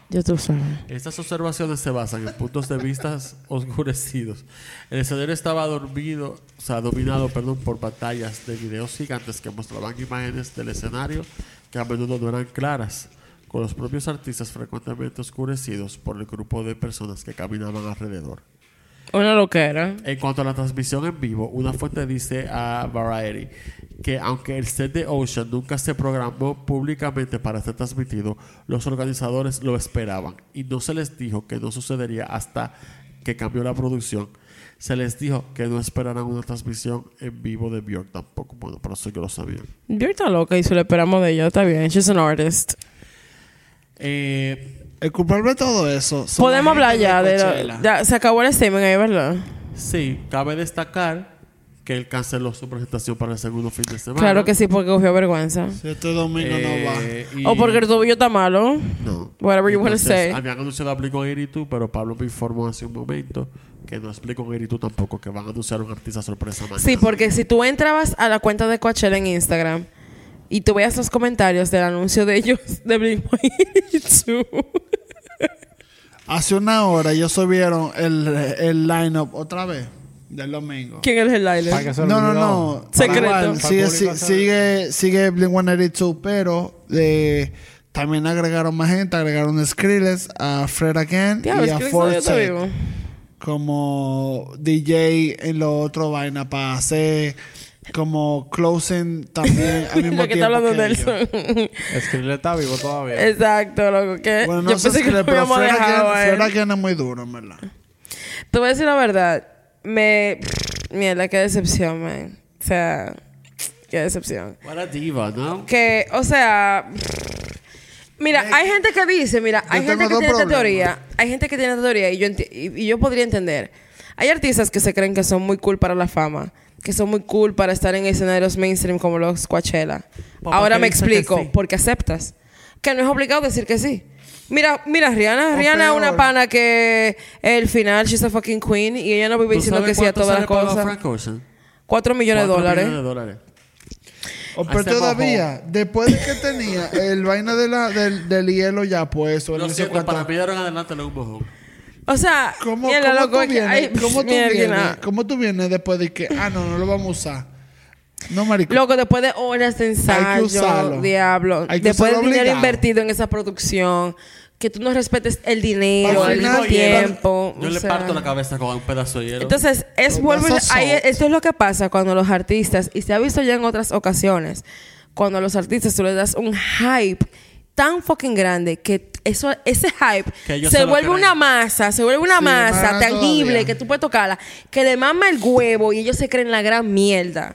Speaker 3: Yo tú sabes.
Speaker 4: Estas observaciones se basan en puntos de vista oscurecidos. El escenario estaba dormido, o sea, dominado perdón, por batallas de videos gigantes que mostraban imágenes del escenario que a menudo no eran claras, con los propios artistas frecuentemente oscurecidos por el grupo de personas que caminaban alrededor.
Speaker 3: Una loquera.
Speaker 4: En cuanto a la transmisión en vivo, una fuente dice a Variety que aunque el set de Ocean nunca se programó públicamente para ser transmitido, los organizadores lo esperaban y no se les dijo que no sucedería hasta que cambió la producción. Se les dijo que no esperaran una transmisión en vivo de Bjork tampoco. Bueno, por eso yo lo sabía.
Speaker 3: Yo está loca y si lo esperamos de ella, está bien. She's an artist.
Speaker 4: Eh,
Speaker 5: El culpable de todo eso. son
Speaker 3: Podemos
Speaker 5: la
Speaker 3: hablar
Speaker 5: gente
Speaker 3: ya de
Speaker 5: Coachella.
Speaker 3: lo, ya, Se acabó el statement ahí, ¿verdad?
Speaker 4: sí, cabe destacar que él canceló su presentación para el segundo fin de semana.
Speaker 3: Claro que sí, porque cogió vergüenza.
Speaker 5: Si este domingo
Speaker 4: Eh, y-
Speaker 3: O porque el tobillo está malo.
Speaker 4: No.
Speaker 3: Whatever you wanna say.
Speaker 4: Habían anunciado Apple con Iritu, pero Pablo me informó hace un momento que no explico con Iritu tampoco, que van a anunciar un artista sorpresa mañana.
Speaker 3: Sí, porque si tú entrabas a la cuenta de Coachella en Instagram y tú veías los comentarios del anuncio de ellos de Blink-182.
Speaker 5: no va. Hace una hora ellos subieron el, el line-up otra vez del domingo.
Speaker 3: ¿Quién es el
Speaker 2: Para
Speaker 3: Lyle?
Speaker 2: que se
Speaker 5: No, no,
Speaker 2: olvidó.
Speaker 5: no.
Speaker 3: Secreto.
Speaker 5: Igual,
Speaker 2: Para
Speaker 5: sigue,
Speaker 2: el público
Speaker 5: si-
Speaker 2: saber.
Speaker 5: sigue, sigue Blink-182, pero eh, también agregaron más gente. Agregaron a Skrillex, a Fred Again
Speaker 3: Diablo,
Speaker 5: y
Speaker 3: es
Speaker 5: a
Speaker 3: que Lyle está
Speaker 5: Forsyth
Speaker 3: vivo.
Speaker 5: como DJ en lo otro vaina para hacer como closing también al mismo
Speaker 3: Lo que
Speaker 5: tiempo
Speaker 3: está hablando
Speaker 5: que ellos.
Speaker 3: Nelson.
Speaker 2: Skrillex está vivo todavía.
Speaker 3: Exacto, loco. Que
Speaker 5: Bueno, no
Speaker 3: yo
Speaker 5: sé
Speaker 3: pensé que lo
Speaker 5: Skrillex, pero
Speaker 3: habíamos
Speaker 5: Fred
Speaker 3: dejado a
Speaker 5: Again, Fred
Speaker 3: él.
Speaker 5: Again es muy duro, en verdad.
Speaker 3: Te voy a decir la verdad. Me. Mierda, qué decepción, man. O sea, qué decepción.
Speaker 4: What a diva, ¿no?
Speaker 3: Que, o sea. Mira, hay gente que dice, mira, hay
Speaker 5: tengo
Speaker 3: gente que
Speaker 5: dos
Speaker 3: tiene esta
Speaker 5: problemas.
Speaker 3: teoría. Hay gente que tiene esta teoría y yo, enti- y, y yo podría entender. Hay artistas que se creen que son muy cool para la fama, que son muy cool para estar en escenarios mainstream como los Coachella.
Speaker 4: Pues,
Speaker 3: Ahora
Speaker 4: porque
Speaker 3: me
Speaker 4: dicen que
Speaker 3: explico,
Speaker 4: sí.
Speaker 3: porque aceptas. Que no es obligado decir que sí. Mira, mira, Rihanna,
Speaker 5: O
Speaker 3: Rihanna es una
Speaker 5: peor.
Speaker 3: pana que el final, she's a fucking queen y ella no vive
Speaker 4: ¿Tú
Speaker 3: diciendo
Speaker 4: sabes
Speaker 3: que sí a
Speaker 4: cuánto
Speaker 3: todas
Speaker 4: se
Speaker 3: las
Speaker 4: le pagó a
Speaker 3: cosas.
Speaker 4: Frank Ocean?
Speaker 3: Cuatro millones de
Speaker 4: Cuatro
Speaker 3: dólares.
Speaker 4: millones de dólares.
Speaker 5: O, pero
Speaker 4: Hacemos
Speaker 5: todavía, después de que tenía el vaina de la, del, del hielo ya puesto,
Speaker 4: Lo
Speaker 5: no sé
Speaker 4: siento,
Speaker 5: cuánto.
Speaker 4: para mí dieron adelante le un bojón.
Speaker 3: O sea,
Speaker 5: ¿Cómo,
Speaker 3: mierda,
Speaker 5: cómo
Speaker 3: loco,
Speaker 5: tú
Speaker 3: es que-
Speaker 5: vienes,
Speaker 3: ay,
Speaker 5: cómo tú
Speaker 3: mierda,
Speaker 5: vienes, cómo tú vienes después de que, ah, no, no lo vamos a usar? No, marico.
Speaker 3: Loco, después de horas de ensayo,
Speaker 5: usarlo.
Speaker 3: diablo,
Speaker 5: Hay que
Speaker 3: después del
Speaker 5: usarlo
Speaker 3: dinero
Speaker 5: obligado.
Speaker 3: invertido en esa producción, que tú no respetes el dinero,
Speaker 5: Al
Speaker 3: el
Speaker 5: final,
Speaker 3: tiempo.
Speaker 4: Yo
Speaker 3: o
Speaker 4: le
Speaker 3: sea.
Speaker 4: parto la cabeza con un pedazo de hielo.
Speaker 3: Entonces, es
Speaker 5: Pero
Speaker 3: vuelvo y-
Speaker 5: that's
Speaker 3: ahí-
Speaker 5: assault.
Speaker 3: esto es lo que pasa cuando los artistas, y se ha visto ya en otras ocasiones, cuando a los artistas tú le das un hype tan fucking grande que eso, ese hype
Speaker 4: Que ellos se
Speaker 3: se
Speaker 4: lo
Speaker 3: vuelve
Speaker 4: creen.
Speaker 3: una masa, se vuelve una
Speaker 5: Sí,
Speaker 3: masa
Speaker 5: más
Speaker 3: tangible
Speaker 5: todavía.
Speaker 3: que tú puedes tocarla, que le mama el huevo y ellos se creen la gran mierda.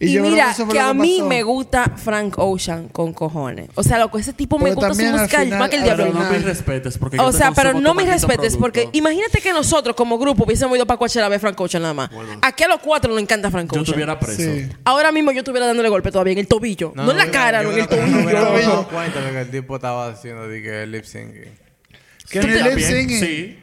Speaker 5: Y
Speaker 3: Y,
Speaker 5: yo creo que
Speaker 3: mira,
Speaker 5: eso fue
Speaker 3: que
Speaker 5: lo
Speaker 3: a
Speaker 5: que
Speaker 3: mí
Speaker 5: pasó.
Speaker 3: me gusta Frank Ocean con cojones. O sea, loco, ese tipo me
Speaker 5: Pero
Speaker 3: gusta su
Speaker 5: también al
Speaker 3: música
Speaker 5: final-
Speaker 3: más que el
Speaker 5: al
Speaker 3: diablo.
Speaker 4: pero no
Speaker 5: final-
Speaker 4: me respetes porque yo
Speaker 3: O
Speaker 4: te
Speaker 3: sea, pero
Speaker 4: consumo
Speaker 3: no
Speaker 4: tu
Speaker 3: me
Speaker 4: maldito
Speaker 3: respetes
Speaker 4: producto.
Speaker 3: porque imagínate que nosotros como grupo hubiésemos ido para Coachella a ver Frank Ocean nada más. Aquí a los cuatro nos encanta Frank
Speaker 4: yo
Speaker 3: Ocean.
Speaker 4: estuviera preso.
Speaker 5: Sí.
Speaker 3: Ahora mismo yo estuviera dándole golpe todavía en el tobillo. No, en la
Speaker 2: yo-
Speaker 3: cara,
Speaker 2: yo
Speaker 3: no en el
Speaker 2: creo que
Speaker 3: tobillo.
Speaker 2: No me
Speaker 5: tobillo.
Speaker 2: dado cuenta de que el tipo estaba haciendo de que lip syncing.
Speaker 5: Que en el lip
Speaker 4: También,
Speaker 5: singing.
Speaker 4: sí.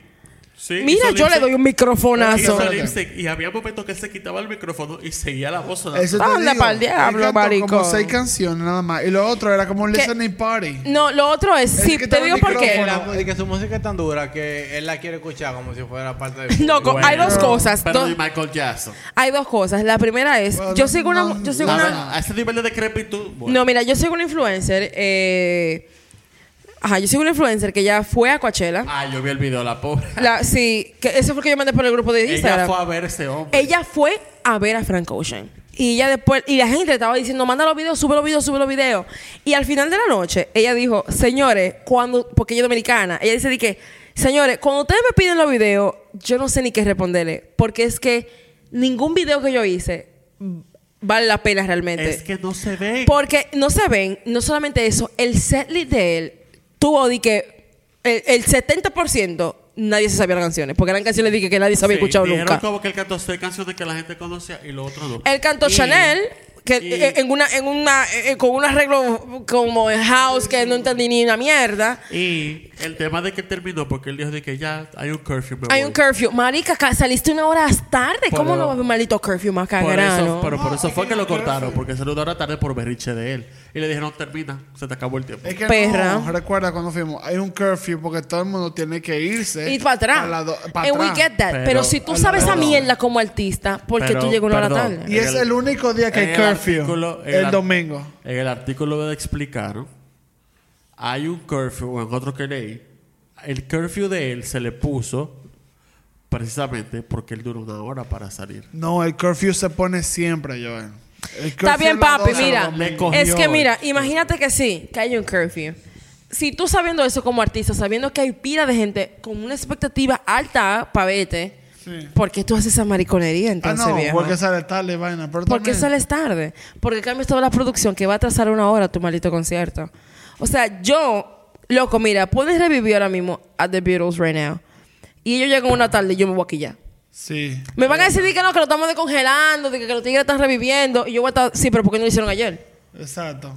Speaker 4: Sí,
Speaker 3: Mira,
Speaker 4: hizo
Speaker 3: yo le
Speaker 4: lipstick-
Speaker 3: doy un microfonazo.
Speaker 4: hizo lipstick Y había momentos que él se quitaba el micrófono y seguía la voz. sonando.
Speaker 5: Eso te
Speaker 3: Anda
Speaker 5: digo.
Speaker 3: pa'l diablo,
Speaker 5: Él cantó
Speaker 3: maricón.
Speaker 5: Como seis canciones nada más. Y lo otro era como un
Speaker 3: ¿Qué?
Speaker 5: listening party.
Speaker 3: No, lo otro es,
Speaker 5: Es
Speaker 3: sí,
Speaker 5: que
Speaker 3: te
Speaker 5: estaba
Speaker 3: digo
Speaker 5: el
Speaker 3: por qué.
Speaker 5: micrófono.
Speaker 2: La- es que su música es tan dura que él la quiere escuchar como si fuera parte de.
Speaker 3: No, co- hay dos
Speaker 5: Bueno,
Speaker 3: cosas.
Speaker 4: Pero
Speaker 3: dos-
Speaker 4: de Michael Jackson.
Speaker 3: hay dos cosas. La primera es,
Speaker 5: Bueno,
Speaker 3: yo sigo una,
Speaker 5: no,
Speaker 3: yo sigo
Speaker 5: no,
Speaker 3: una,
Speaker 5: no.
Speaker 4: A ese nivel de decrepitud. bueno.
Speaker 3: No, mira, yo soy una influencer. Eh, ajá, yo soy una influencer que ya fue a Coachella.
Speaker 4: Ah, yo vi el video, la pobre.
Speaker 3: La, sí, que eso fue que yo mandé por el grupo de
Speaker 4: Ah. Ella
Speaker 3: Instagram.
Speaker 4: fue a ver ese hombre.
Speaker 3: Ella fue a, ver a Frank Ocean. Y ella después, y la gente estaba diciendo, manda los videos, sube los videos, sube los videos. Y al final de la noche, ella dijo, señores, cuando, porque ella es dominicana, ella dice de que, señores, cuando ustedes me piden los videos, yo no sé ni qué responderle. Porque es que ningún video que yo hice mm, vale la pena realmente.
Speaker 4: Es que no se ve.
Speaker 3: Porque no se ven, no solamente eso, el setlist de él tuvo de que el, el 70% nadie se sabía las canciones, porque eran canciones de que, que nadie se había
Speaker 4: Sí,
Speaker 3: escuchado
Speaker 4: dijeron
Speaker 3: nunca.
Speaker 4: como que él cantó seis canciones que la gente conocía y lo otro no.
Speaker 3: Él cantó
Speaker 4: Y-
Speaker 3: Chanel que
Speaker 4: y-
Speaker 3: eh, en una en una eh, con un arreglo como en house que no entendí ni una mierda.
Speaker 4: Y el tema de que él terminó, porque él dijo de que ya hay un curfew. me
Speaker 3: Hay
Speaker 4: voy.
Speaker 3: un curfew. Marica, ca- saliste una hora tarde.
Speaker 4: Por
Speaker 3: ¿Cómo
Speaker 4: lo-
Speaker 3: no va a haber un maldito curfew más
Speaker 4: Por eso,
Speaker 3: cagrano?
Speaker 4: pero por eso
Speaker 5: Ah,
Speaker 4: fue que lo
Speaker 5: hay un
Speaker 4: cortaron,
Speaker 5: curfew.
Speaker 4: porque salió una hora tarde por berriche de él. Y le dijeron, termina, se te acabó el tiempo.
Speaker 5: Es que
Speaker 3: Perra.
Speaker 5: no, recuerda cuando fuimos, hay un curfew porque todo el mundo tiene que irse.
Speaker 3: Y para atrás.
Speaker 5: a la do- pa'
Speaker 3: And we
Speaker 5: atrás.
Speaker 3: get that. Pero,
Speaker 4: Pero-
Speaker 3: si tú
Speaker 5: Al-
Speaker 3: sabes esa
Speaker 5: perdón.
Speaker 3: mierda como artista, porque
Speaker 4: Pero,
Speaker 3: tú llegas una hora
Speaker 4: perdón.
Speaker 3: tarde?
Speaker 5: Y es
Speaker 4: En el-
Speaker 5: el único día que
Speaker 4: en
Speaker 5: hay
Speaker 4: el
Speaker 5: curfew.
Speaker 4: artículo- en
Speaker 5: el
Speaker 4: ar-
Speaker 5: domingo.
Speaker 4: En el artículo de explicaron, hay un curfew, o en otro que leí, el curfew de él se le puso precisamente porque él duró una hora para salir.
Speaker 5: No, el curfew se pone siempre, Joel. El
Speaker 3: Está
Speaker 5: curfew
Speaker 3: bien,
Speaker 5: a las
Speaker 3: papi,
Speaker 5: 12 del
Speaker 3: mira.
Speaker 5: domingo.
Speaker 4: le cogió
Speaker 3: Es que
Speaker 4: el-
Speaker 3: mira,
Speaker 5: este.
Speaker 3: imagínate que sí, que hay un curfew. Si tú sabiendo eso como artista, sabiendo que hay pila de gente con una expectativa alta para verte, ¿por qué tú haces esa mariconería
Speaker 5: Ah,
Speaker 3: entonces,
Speaker 5: no,
Speaker 3: viejo?
Speaker 5: porque sale tarde, y vaina. Pero
Speaker 3: ¿Por qué
Speaker 5: también-
Speaker 3: sales tarde? Porque cambias toda la producción que va a atrasar una hora tu maldito concierto. O sea, yo, loco, mira, puedes revivir ahora mismo a The Beatles right now. Y ellos llegan una tarde y yo me voy a quillar.
Speaker 5: Sí.
Speaker 3: Me van a decir que no, que lo estamos descongelando, de que, que los tigres están reviviendo. Y yo voy a estar, sí, pero ¿por qué no lo hicieron ayer?
Speaker 5: Exacto.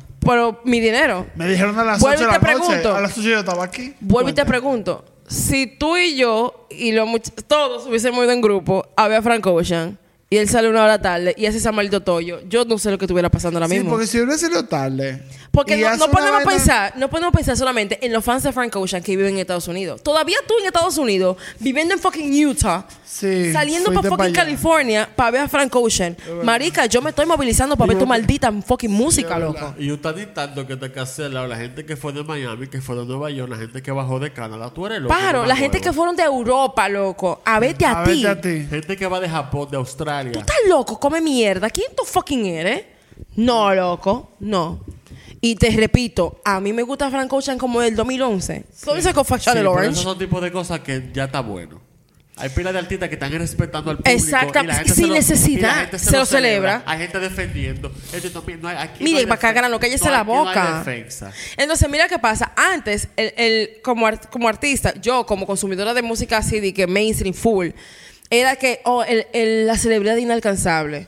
Speaker 3: Pero
Speaker 5: Pero
Speaker 3: mi dinero.
Speaker 5: me dijeron a las 8
Speaker 3: Vuelvo
Speaker 5: de
Speaker 3: y
Speaker 5: la
Speaker 3: te
Speaker 5: noche.
Speaker 3: pregunto.
Speaker 5: A las 8 yo estaba aquí.
Speaker 3: Vuelvo y te
Speaker 5: Cuenta.
Speaker 3: pregunto. Si tú y yo y los much- todos hubiésemos ido en grupo a ver a Frank Ocean y él sale una hora tarde y hace ese maldito toyo, yo no sé lo que estuviera pasando ahora
Speaker 5: Sí,
Speaker 3: mismo.
Speaker 5: porque si hubiera salido tarde.
Speaker 3: Porque
Speaker 5: y
Speaker 3: no,
Speaker 5: hace
Speaker 3: no
Speaker 5: una
Speaker 3: podemos
Speaker 5: vaina-
Speaker 3: pensar, no podemos pensar solamente en los fans de Frank Ocean que viven en Estados Unidos. Todavía tú en Estados Unidos, viviendo en fucking Utah,
Speaker 5: Sí,
Speaker 3: saliendo para
Speaker 5: fuiste pa'
Speaker 3: fucking
Speaker 5: allá.
Speaker 3: California para ver a Frank Ocean. Marica, yo me estoy movilizando para ver tu maldita fucking música, loco.
Speaker 4: Y tú estás dictando que te cancela la gente que fue de Miami, que fue de Nueva York, la gente que bajó de Canadá. Tú eres loco.
Speaker 3: Paro,
Speaker 4: no
Speaker 3: la
Speaker 4: me
Speaker 3: gente que
Speaker 4: muevo.
Speaker 3: fueron de Europa, loco, a verte a,
Speaker 5: A
Speaker 3: ti.
Speaker 5: verte a ti.
Speaker 4: Gente que va de Japón, de
Speaker 3: Tú
Speaker 4: Australia.
Speaker 3: estás loco, come mierda. ¿Quién tú fucking eres? No, loco, no. Y te repito, a mí me gusta Frank Ocean como del 2011. ¿Dónde sacó Fuck
Speaker 4: Sí,
Speaker 3: Channel
Speaker 4: pero
Speaker 3: Orange?
Speaker 4: esos son tipos de cosas que ya está bueno. Hay pilas de artistas que están respetando al público.
Speaker 3: Exacta-
Speaker 4: y la gente
Speaker 3: sin
Speaker 4: se lo-
Speaker 3: necesidad,
Speaker 4: y la gente
Speaker 3: se lo celebra.
Speaker 4: Hay gente defendiendo. Esto también, no hay, aquí
Speaker 3: Mire,
Speaker 4: no hay
Speaker 3: para
Speaker 4: defen-
Speaker 3: no cállese
Speaker 4: no,
Speaker 3: la
Speaker 4: aquí no hay
Speaker 3: boca.
Speaker 4: defensa.
Speaker 3: Entonces, mira qué pasa. Antes, el, el- como, ar- como artista, yo como consumidora de música así, de que mainstream full, era que, oh, el- el- la celebridad inalcanzable.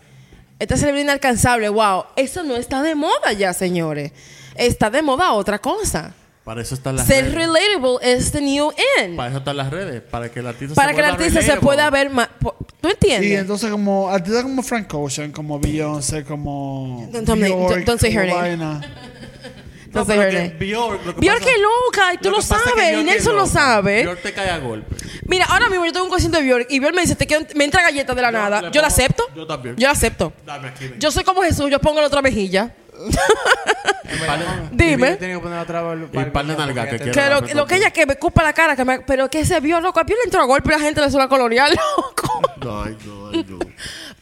Speaker 3: Esta celebridad inalcanzable, wow, eso no está de moda ya, señores. Está de moda otra cosa.
Speaker 4: Para eso están las
Speaker 3: Ser
Speaker 4: redes.
Speaker 3: relatable es the new in.
Speaker 4: Para eso están las redes. Para que el artista
Speaker 3: Para
Speaker 4: se
Speaker 3: que el
Speaker 4: vuelva
Speaker 3: artista se
Speaker 4: relatable.
Speaker 3: pueda ver más. po- ¿Tú
Speaker 5: Y
Speaker 3: entiendes?
Speaker 5: entonces como artistas como Frank Ocean, como Beyoncé, como
Speaker 3: Don't- don't make-
Speaker 5: Bjork,
Speaker 3: don't- don't say her
Speaker 5: como
Speaker 3: name.
Speaker 5: vaina.
Speaker 4: No,
Speaker 3: Entonces,
Speaker 4: pero que
Speaker 3: Ernest.
Speaker 4: Bjork, lo que
Speaker 3: Bjork
Speaker 4: pasa-
Speaker 3: es loca y tú lo,
Speaker 4: que pasa es que
Speaker 3: sabes y
Speaker 4: Bjork es
Speaker 3: Nelson lo
Speaker 4: loca.
Speaker 3: sabe.
Speaker 4: Bjork te cae a golpe.
Speaker 3: Mira, ahora mismo yo tengo un concierto de Bjork y Bjork me dice, te quiero, me entra galleta de la
Speaker 4: Yo
Speaker 3: nada.
Speaker 4: le
Speaker 3: Yo
Speaker 4: pongo-
Speaker 3: la acepto.
Speaker 4: yo también.
Speaker 3: Yo la acepto.
Speaker 4: Dame aquí. ven.
Speaker 3: Yo soy como Jesús, yo pongo la otra mejilla. Dime.
Speaker 2: Tiene que poner atrás el
Speaker 4: Y par de nalgas que
Speaker 2: Porque
Speaker 4: quiero.
Speaker 3: Que lo,
Speaker 4: darme
Speaker 3: lo que ella que me cupa la cara, que me- pero que se vio loco. A Bjork le entró a golpe y la gente le suena colorear, loco.
Speaker 4: No, ay, no, ay, no.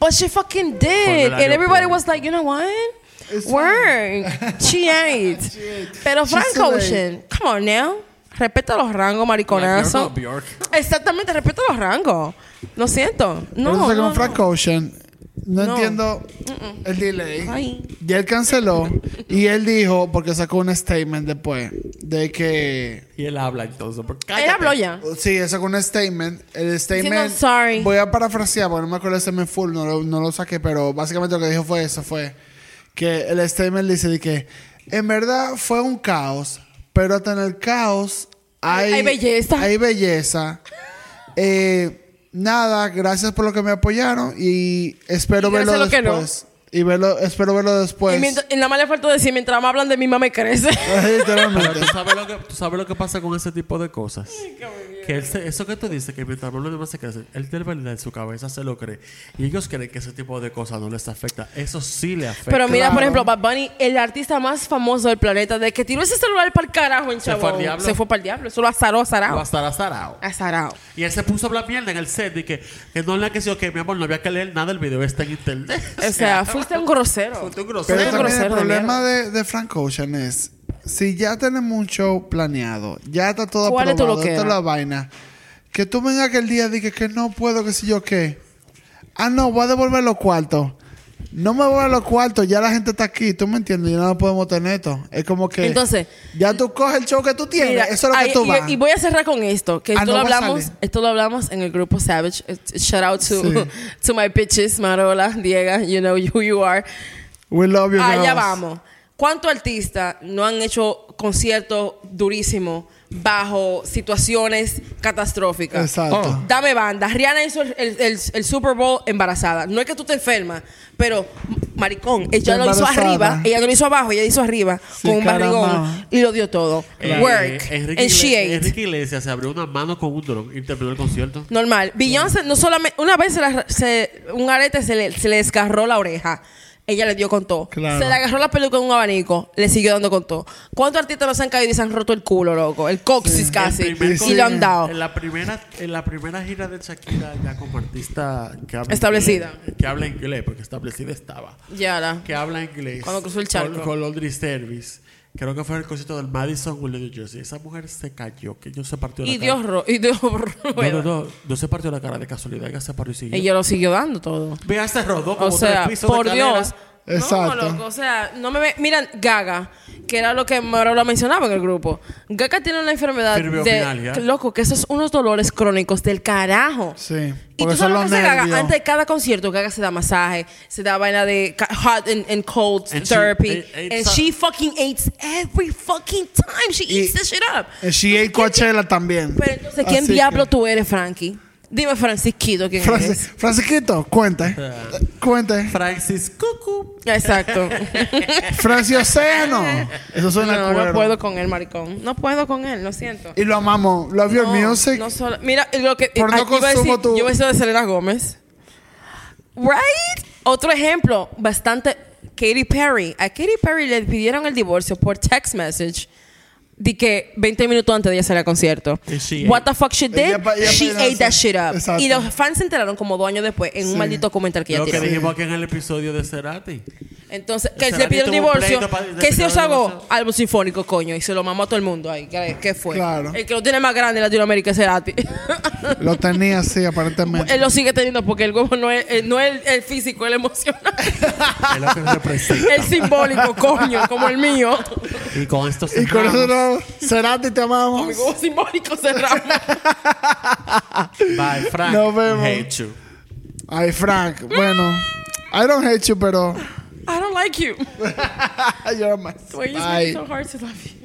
Speaker 3: But she fucking did.
Speaker 4: Cuando la pues.
Speaker 3: And everybody
Speaker 4: leopardo.
Speaker 3: was like, you know what?
Speaker 5: It's
Speaker 3: Work. She ain't. Pero
Speaker 5: She's
Speaker 3: Frank
Speaker 5: too late.
Speaker 3: Ocean, come on now. Respeta los rangos,
Speaker 4: No,
Speaker 3: mariconazo.
Speaker 4: Bjork.
Speaker 3: Exactamente, respeta los rangos. Lo siento. No, no,
Speaker 5: entonces como
Speaker 3: no.
Speaker 5: Frank Ocean, no,
Speaker 3: No.
Speaker 5: entiendo el delay.
Speaker 3: Ay.
Speaker 5: Y él canceló y él dijo porque sacó un statement después de que
Speaker 4: Y él habla entonces. porque-
Speaker 3: Él
Speaker 4: cállate.
Speaker 3: habló ya.
Speaker 5: Sí, él sacó un statement. El statement.
Speaker 3: Diciendo, "Sorry".
Speaker 5: Voy a parafrasear porque no me acuerdo el statement full, no lo, no lo saqué, pero básicamente lo que dijo fue eso: fue que el statement dice de que en verdad fue un caos, pero hasta en el caos hay,
Speaker 3: Hay belleza.
Speaker 5: Hay belleza. Eh, nada, gracias por lo que me apoyaron y espero
Speaker 3: Y
Speaker 5: verlo
Speaker 3: gracias a lo que no.
Speaker 5: después. Y verlo, espero verlo después.
Speaker 3: Y, mientras, y nada más le faltó decir, mientras más hablan de mi mamá me crece.
Speaker 4: Pero
Speaker 5: Literalmente.
Speaker 4: tú sabes, lo que, tú sabes lo que pasa con ese tipo de cosas. Que él se- eso que tú dices, que mientras más los demás se crecen, él tiene verdad en su cabeza, se lo cree. Y ellos creen que ese tipo de cosas no les afecta. Eso sí le afecta.
Speaker 3: Pero mira, por
Speaker 5: Pues Claro.
Speaker 3: ejemplo, Bad Bunny, el artista más famoso del planeta, de que tiró ese celular para el carajo en
Speaker 4: Se fue al diablo.
Speaker 3: Se fue para el diablo. Eso lo azaró, azarao.
Speaker 4: va a estar azarado.
Speaker 3: Azarao.
Speaker 4: Y él se puso a hablar mierda en el set y que, que no le ha que sí, ok, mi amor, no había que leer nada del video, está en internet.
Speaker 3: O sea, fuiste un grosero.
Speaker 4: Fuiste un grosero.
Speaker 5: Pero
Speaker 3: Soy
Speaker 5: también
Speaker 3: grosero de
Speaker 5: el problema de, de Frank Ocean es, si ya tenemos un show planeado, ya está todo
Speaker 3: ¿Cuál es tu
Speaker 5: aprobado,
Speaker 3: loquera?
Speaker 5: toda la vaina, que tú vengas aquel día y digas que no puedo, que sé yo qué. Ah, no, voy a devolver los cuartos. No me voy a los cuartos, ya la gente está aquí, tú me entiendes, ya no podemos tener esto. Es como que...
Speaker 3: Entonces,
Speaker 5: Ya tú coges el show que tú tienes,
Speaker 3: Mira,
Speaker 5: eso es lo que
Speaker 3: ahí-
Speaker 5: tú
Speaker 3: y-
Speaker 5: vas.
Speaker 3: y, voy a cerrar con esto, que
Speaker 5: Ah,
Speaker 3: esto
Speaker 5: no
Speaker 3: lo
Speaker 5: va a
Speaker 3: hablamos,
Speaker 5: salir.
Speaker 3: esto lo hablamos en el grupo Savage. Eh, Shout out to,
Speaker 5: Sí.
Speaker 3: to my bitches, Marola, Diega, you know who you are.
Speaker 5: We love you,
Speaker 3: Allá
Speaker 5: girls.
Speaker 3: Ah, vamos. ¿Cuántos artistas no han hecho conciertos durísimos bajo situaciones catastróficas?
Speaker 5: Exacto.
Speaker 4: Oh.
Speaker 3: Dame banda. Rihanna hizo el, el- el- el Super Bowl embarazada. No es que tú te enfermas, pero maricón, ella lo hizo
Speaker 5: Embarazada.
Speaker 3: arriba, ella no lo hizo abajo, ella lo hizo arriba
Speaker 5: Sí,
Speaker 3: con un barrigón
Speaker 5: caramba.
Speaker 3: y lo dio todo.
Speaker 4: Eh,
Speaker 3: Work
Speaker 4: Enrique,
Speaker 3: and she
Speaker 4: Igle-
Speaker 3: ate.
Speaker 4: Enrique Iglesias se abrió una mano con un dron y terminó el concierto.
Speaker 3: Normal. Beyoncé no solamente una vez se la- se- un arete se le, se le desgarró la oreja. Ella le dio con todo.
Speaker 5: Claro.
Speaker 3: Se le agarró la peluca en un abanico. Le siguió dando con todo. ¿Cuántos artistas nos han caído y se han roto el culo, loco? El coxis casi.
Speaker 4: El primer
Speaker 3: Y
Speaker 5: con-
Speaker 3: lo han dado.
Speaker 4: En la primera, en la primera gira de Shakira, ya como artista que habla
Speaker 3: Establecida.
Speaker 4: inglés- que habla inglés, porque establecida estaba.
Speaker 3: Yara.
Speaker 4: Que habla inglés.
Speaker 3: Cuando cruzó el charco.
Speaker 4: Con, con Laundry Service. Creo que fue el concierto del Madison William New Jersey. Esa mujer se cayó, que yo se partió la
Speaker 3: Y
Speaker 4: cara.
Speaker 3: Dios ro- y Dios rueda.
Speaker 4: No, no, no, no se partió la cara de casualidad, ella se paró y siguió.
Speaker 3: Ella lo siguió dando todo.
Speaker 4: Vea, se rodó como
Speaker 3: O sea,
Speaker 4: tres pisos de
Speaker 3: por
Speaker 4: escalera.
Speaker 3: Dios.
Speaker 5: Exacto.
Speaker 3: No, loco, o sea, no me ve- Miran, Gaga, que era lo que Marola mencionaba en el grupo. Gaga tiene una enfermedad
Speaker 4: Fibromialgia.
Speaker 3: de... Loco, que esos unos dolores crónicos del carajo.
Speaker 5: Sí,
Speaker 3: Y
Speaker 5: porque
Speaker 3: tú
Speaker 5: son
Speaker 3: sabes lo
Speaker 5: los
Speaker 3: que se Gaga,
Speaker 5: nervios.
Speaker 3: antes de cada concierto, Gaga se da masaje, se da vaina de ca- hot and, and cold
Speaker 4: And she-
Speaker 3: therapy.
Speaker 4: eh, eh,
Speaker 3: and
Speaker 4: sa-
Speaker 3: she fucking eats every fucking time. She eats this shit up.
Speaker 5: Eh, She ate Coachella también.
Speaker 3: Pero entonces, ¿quién
Speaker 5: Así que-
Speaker 3: diablo tú eres, Frankie? Dime, Francisquito, ¿quién
Speaker 5: Franci-
Speaker 3: eres?
Speaker 5: Francisquito, cuente. Cuente.
Speaker 4: Francis Cucu.
Speaker 3: Exacto.
Speaker 5: Francio Océano. Eso suena
Speaker 3: no,
Speaker 5: a
Speaker 3: no
Speaker 5: cuero.
Speaker 3: puedo con él, maricón. No puedo con él, lo siento.
Speaker 5: Y lo amamos. Love Your
Speaker 3: No,
Speaker 5: Music.
Speaker 3: no solo- mira, lo que.
Speaker 5: Por
Speaker 3: ah,
Speaker 5: no
Speaker 3: iba a
Speaker 5: consumo
Speaker 3: decir-
Speaker 5: tu-
Speaker 3: Yo voy a decir de Selena Gómez. Right? Otro ejemplo bastante. Katy Perry. A Katy Perry le pidieron el divorcio por text message. De que 20 minutos antes de ella salir al concierto.
Speaker 4: Y she
Speaker 3: What
Speaker 4: ate.
Speaker 3: the fuck she did?
Speaker 5: Ella pa- ella
Speaker 3: she
Speaker 5: pa-
Speaker 3: ate that shit up.
Speaker 5: Exacto.
Speaker 3: Y los fans se enteraron como dos años después en un
Speaker 5: Sí.
Speaker 3: maldito documental que ella
Speaker 4: Lo que
Speaker 3: tiró.
Speaker 4: dijimos aquí en el episodio de Cerati.
Speaker 3: Entonces, que
Speaker 4: Cerati
Speaker 3: le pidieron
Speaker 4: tuvo un
Speaker 3: divorcio.
Speaker 4: pleito pa- de
Speaker 3: Que se
Speaker 4: pidió
Speaker 3: os hago
Speaker 4: divorcio.
Speaker 3: álbum sinfónico, coño. Y se lo mamó a todo el mundo ahí. ¿Qué qué fue?
Speaker 5: Claro.
Speaker 3: El que lo tiene más grande en Latinoamérica es Cerati.
Speaker 5: Lo tenía así, aparentemente.
Speaker 3: Él lo sigue teniendo porque el huevo no es, eh, no es el, el físico, el emocional.
Speaker 4: Es lo que representa.
Speaker 3: el simbólico, coño, como el mío.
Speaker 4: Y con estos
Speaker 5: Y con eso no. Cerati, te
Speaker 3: Mi
Speaker 5: amamos.
Speaker 3: huevo simbólico cerrado.
Speaker 4: Bye, Frank.
Speaker 5: Nos vemos.
Speaker 4: Hate you.
Speaker 5: Ay, Frank. Bueno. I don't hate you, pero.
Speaker 3: I don't like you.
Speaker 5: You're my-
Speaker 3: The way you
Speaker 5: Bye.
Speaker 3: make it so hard to love you.